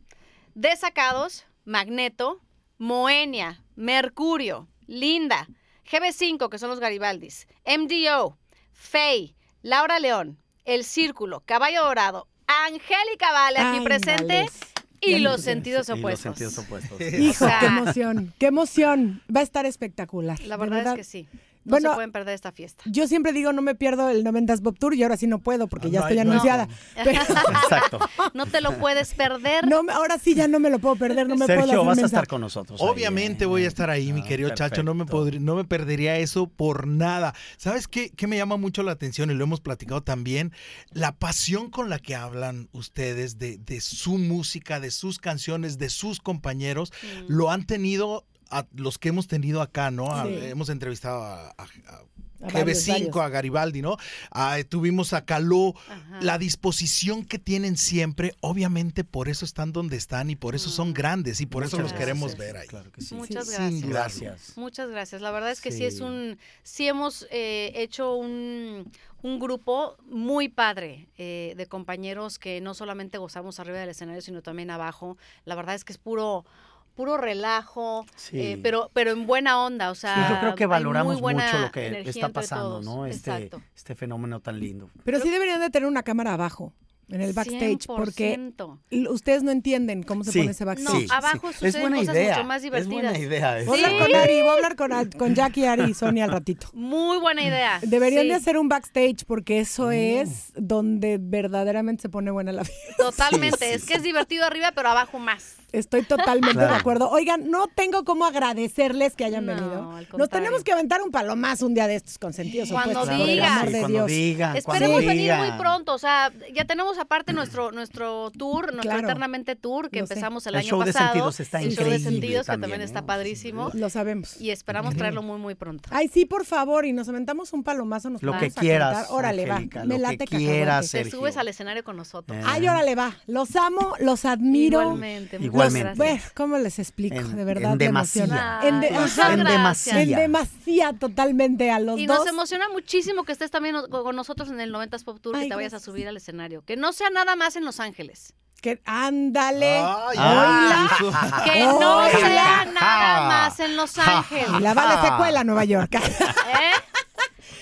[SPEAKER 3] Desacados, Magneto, Moenia, Mercurio, Linda, GB5, que son los Garibaldis, MDO, Fey, Laura León, El Círculo, Caballo Dorado, Angélica Vale aquí
[SPEAKER 2] Ay,
[SPEAKER 3] presente
[SPEAKER 2] Vales. Ya
[SPEAKER 3] y
[SPEAKER 2] me
[SPEAKER 3] los
[SPEAKER 2] pusieron.
[SPEAKER 3] sentidos
[SPEAKER 4] Y los
[SPEAKER 3] opuestos.
[SPEAKER 4] sentidos
[SPEAKER 3] [laughs]
[SPEAKER 4] opuestos.
[SPEAKER 2] Hijo,
[SPEAKER 3] O sea-
[SPEAKER 2] qué emoción, qué emoción. Va a estar espectacular.
[SPEAKER 3] La
[SPEAKER 2] de
[SPEAKER 3] verdad, es que sí. No
[SPEAKER 2] Bueno,
[SPEAKER 3] se pueden perder esta fiesta.
[SPEAKER 2] Yo siempre digo, no me pierdo el 90s Bob Tour y ahora sí no puedo porque ya
[SPEAKER 4] Ah,
[SPEAKER 5] No,
[SPEAKER 2] estoy
[SPEAKER 5] no, no.
[SPEAKER 2] anunciada.
[SPEAKER 3] [laughs]
[SPEAKER 2] Pero
[SPEAKER 4] Exacto.
[SPEAKER 3] No te lo puedes perder.
[SPEAKER 2] no, me- ahora sí ya no me lo puedo perder, no me puedo
[SPEAKER 4] Sergio,
[SPEAKER 2] hacer
[SPEAKER 4] vas a
[SPEAKER 2] mensa.
[SPEAKER 4] estar con nosotros. ahí,
[SPEAKER 5] Obviamente
[SPEAKER 4] ¿eh?
[SPEAKER 5] voy a estar ahí, mi
[SPEAKER 4] Ah,
[SPEAKER 5] querido Chacho. No me,
[SPEAKER 4] perfecto.
[SPEAKER 5] podri- no me perdería eso por nada. ¿Sabes qué, qué me llama mucho la atención? Y lo hemos platicado también. La pasión con la que hablan ustedes de, de su música, de sus canciones, de sus compañeros. Lo han tenido a los que hemos tenido acá, ¿no? A-
[SPEAKER 2] Sí.
[SPEAKER 5] Hemos entrevistado a, a- a
[SPEAKER 2] A Ah, varios,
[SPEAKER 5] GB5,
[SPEAKER 2] varios.
[SPEAKER 5] a Garibaldi, ¿no? A- tuvimos a Caló.
[SPEAKER 3] Ajá.
[SPEAKER 5] La disposición que tienen siempre, obviamente por eso están donde están y por eso son grandes y por eso
[SPEAKER 4] Muchas
[SPEAKER 5] los queremos
[SPEAKER 4] gracias.
[SPEAKER 5] ver ahí.
[SPEAKER 4] Claro que sí.
[SPEAKER 3] Muchas
[SPEAKER 4] Sí,
[SPEAKER 3] gracias.
[SPEAKER 4] sin Gracias.
[SPEAKER 3] Muchas gracias. La verdad es que sí, es
[SPEAKER 4] Sí.
[SPEAKER 3] un, sí hemos eh, hecho un, un grupo muy padre eh, de compañeros que no solamente gozamos arriba del escenario, sino también abajo. La verdad es que es puro puro relajo,
[SPEAKER 4] Sí.
[SPEAKER 3] eh, pero pero en buena onda, o sea,
[SPEAKER 4] Sí, yo creo que
[SPEAKER 3] hay muy
[SPEAKER 4] valoramos
[SPEAKER 3] buena
[SPEAKER 4] mucho lo que
[SPEAKER 3] energía
[SPEAKER 4] está
[SPEAKER 3] entre
[SPEAKER 4] pasando,
[SPEAKER 3] todos.
[SPEAKER 4] ¿no? Este,
[SPEAKER 3] Exacto.
[SPEAKER 4] este fenómeno tan lindo.
[SPEAKER 2] Pero sí deberían de tener una cámara abajo, en el backstage, porque
[SPEAKER 3] 100%.
[SPEAKER 2] l- ustedes no entienden cómo se
[SPEAKER 4] Sí,
[SPEAKER 2] pone ese
[SPEAKER 3] No,
[SPEAKER 2] backstage.
[SPEAKER 3] abajo
[SPEAKER 4] Es
[SPEAKER 3] suceden
[SPEAKER 4] buena
[SPEAKER 3] cosas
[SPEAKER 4] idea.
[SPEAKER 3] mucho más
[SPEAKER 4] Es buena
[SPEAKER 3] divertidas.
[SPEAKER 4] idea.
[SPEAKER 2] Voy a hablar con Ari, voy a hablar con, a- con Jackie, Ari y Sonia al ratito.
[SPEAKER 3] Muy buena idea.
[SPEAKER 2] Deberían
[SPEAKER 3] sí.
[SPEAKER 2] de hacer un backstage porque
[SPEAKER 4] Oh.
[SPEAKER 2] eso es donde verdaderamente se pone buena la vida.
[SPEAKER 3] Totalmente,
[SPEAKER 4] Sí, sí,
[SPEAKER 3] es que es divertido arriba, pero abajo más.
[SPEAKER 2] Estoy totalmente
[SPEAKER 4] Claro.
[SPEAKER 2] de acuerdo. Oigan, no tengo cómo agradecerles que hayan
[SPEAKER 3] No, al
[SPEAKER 2] venido.
[SPEAKER 3] contrario.
[SPEAKER 2] Nos tenemos que aventar un palomazo un día de estos consentidos.
[SPEAKER 3] Cuando
[SPEAKER 2] opuestos,
[SPEAKER 4] Claro
[SPEAKER 2] por el
[SPEAKER 4] que sí,
[SPEAKER 3] digas.
[SPEAKER 2] amor de
[SPEAKER 4] cuando
[SPEAKER 2] Dios.
[SPEAKER 4] digan, cuando
[SPEAKER 3] Esperemos venir
[SPEAKER 4] digan. Mm.
[SPEAKER 3] muy pronto, o sea, ya tenemos aparte nuestro nuestro tour, nuestro
[SPEAKER 2] Claro.
[SPEAKER 3] eternamente tour que
[SPEAKER 2] Lo sé.
[SPEAKER 3] empezamos el,
[SPEAKER 4] El
[SPEAKER 3] año
[SPEAKER 4] show de
[SPEAKER 3] pasado.
[SPEAKER 4] sentidos está
[SPEAKER 3] el show de
[SPEAKER 4] increíble
[SPEAKER 3] sentidos que
[SPEAKER 4] también,
[SPEAKER 3] también está
[SPEAKER 4] ¿eh?
[SPEAKER 3] padrísimo
[SPEAKER 2] Lo sabemos.
[SPEAKER 3] y esperamos traerlo muy muy pronto.
[SPEAKER 2] Ay, sí, por favor, y nos aventamos un palomazo, nos
[SPEAKER 4] Lo que
[SPEAKER 2] vamos a
[SPEAKER 4] quieras,
[SPEAKER 2] contar. Órale,
[SPEAKER 4] Angélica,
[SPEAKER 2] va.
[SPEAKER 4] lo
[SPEAKER 2] Me
[SPEAKER 4] que
[SPEAKER 2] late
[SPEAKER 4] quieras,
[SPEAKER 3] Te
[SPEAKER 4] Sergio.
[SPEAKER 3] subes al escenario con nosotros.
[SPEAKER 4] Eh.
[SPEAKER 2] cacahuate. Ay, órale, va. Los amo, los admiro.
[SPEAKER 3] Igualmente, muchas
[SPEAKER 4] Igualmente.
[SPEAKER 3] gracias. Ah,
[SPEAKER 2] Bueno, ¿cómo les explico?
[SPEAKER 4] En-
[SPEAKER 2] de verdad,
[SPEAKER 4] en
[SPEAKER 2] me emociona.
[SPEAKER 3] demasía.
[SPEAKER 2] En, de-
[SPEAKER 3] Ay,
[SPEAKER 2] ajá,
[SPEAKER 3] En
[SPEAKER 4] demasía.
[SPEAKER 2] en demasía totalmente a los
[SPEAKER 3] Y
[SPEAKER 2] dos.
[SPEAKER 3] nos emociona muchísimo que estés también no- con nosotros en el 90s Pop Tour,
[SPEAKER 2] Ay,
[SPEAKER 3] que te vayas a
[SPEAKER 2] gracias.
[SPEAKER 3] subir al escenario. Que no sea nada más en Los Ángeles.
[SPEAKER 2] Que, ándale.
[SPEAKER 5] Ay,
[SPEAKER 4] Ah. Oh,
[SPEAKER 5] ay, su-
[SPEAKER 3] Que no
[SPEAKER 2] Ay,
[SPEAKER 3] sea
[SPEAKER 4] ja, ja.
[SPEAKER 3] nada más en Los
[SPEAKER 2] Y
[SPEAKER 3] Ángeles.
[SPEAKER 2] la bala se cuela a Nueva York. [laughs]
[SPEAKER 3] ¿eh?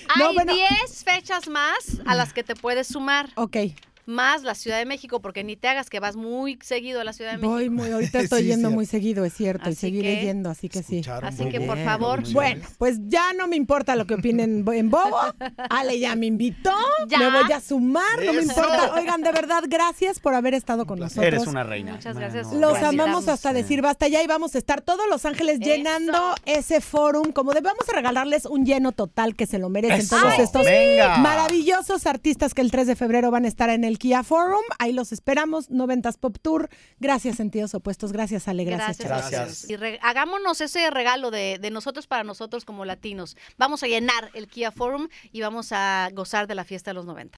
[SPEAKER 3] Hay
[SPEAKER 2] No,
[SPEAKER 3] 10
[SPEAKER 2] bueno.
[SPEAKER 3] fechas más a las que te puedes sumar,
[SPEAKER 2] ok,
[SPEAKER 3] más la Ciudad de México, porque ni te hagas que vas muy seguido a la Ciudad de México.
[SPEAKER 2] voy muy, ahorita estoy
[SPEAKER 5] Sí,
[SPEAKER 2] yendo
[SPEAKER 5] cierto.
[SPEAKER 2] muy seguido, es cierto, y
[SPEAKER 3] Así
[SPEAKER 2] seguiré
[SPEAKER 3] que-
[SPEAKER 2] yendo, así que sí.
[SPEAKER 5] Escucharon
[SPEAKER 3] Así
[SPEAKER 5] muy
[SPEAKER 3] que, por
[SPEAKER 5] bien,
[SPEAKER 3] favor,
[SPEAKER 5] muy bien.
[SPEAKER 2] Bueno, pues ya no me importa lo que opinen bo- en Bobo.
[SPEAKER 3] [laughs]
[SPEAKER 2] Ale ya me invitó.
[SPEAKER 3] Ya.
[SPEAKER 2] Me voy a sumar, no me
[SPEAKER 5] Eso.
[SPEAKER 2] importa. Oigan, de verdad, gracias por haber estado con nosotros.
[SPEAKER 4] Eres una reina.
[SPEAKER 3] Muchas gracias.
[SPEAKER 4] Bueno,
[SPEAKER 2] Los
[SPEAKER 3] Gracias.
[SPEAKER 2] amamos hasta decir basta ya y vamos a estar todos Los Ángeles
[SPEAKER 3] Eso.
[SPEAKER 2] llenando ese forum. Como de, vamos a regalarles un lleno total que se lo merecen
[SPEAKER 4] Eso.
[SPEAKER 2] todos
[SPEAKER 4] Ay,
[SPEAKER 2] estos
[SPEAKER 4] venga.
[SPEAKER 2] maravillosos artistas que el 3 de febrero van a estar en el Kia Forum. Ahí los esperamos. 90s Pop Tour. Gracias, sentidos opuestos. Gracias, Ale. Gracias,
[SPEAKER 3] Gracias.
[SPEAKER 2] Chava.
[SPEAKER 3] a ustedes. Y re- hagámonos ese regalo de, de nosotros para nosotros como latinos. Vamos a llenar el Kia Forum y vamos a gozar de la fiesta de los 90.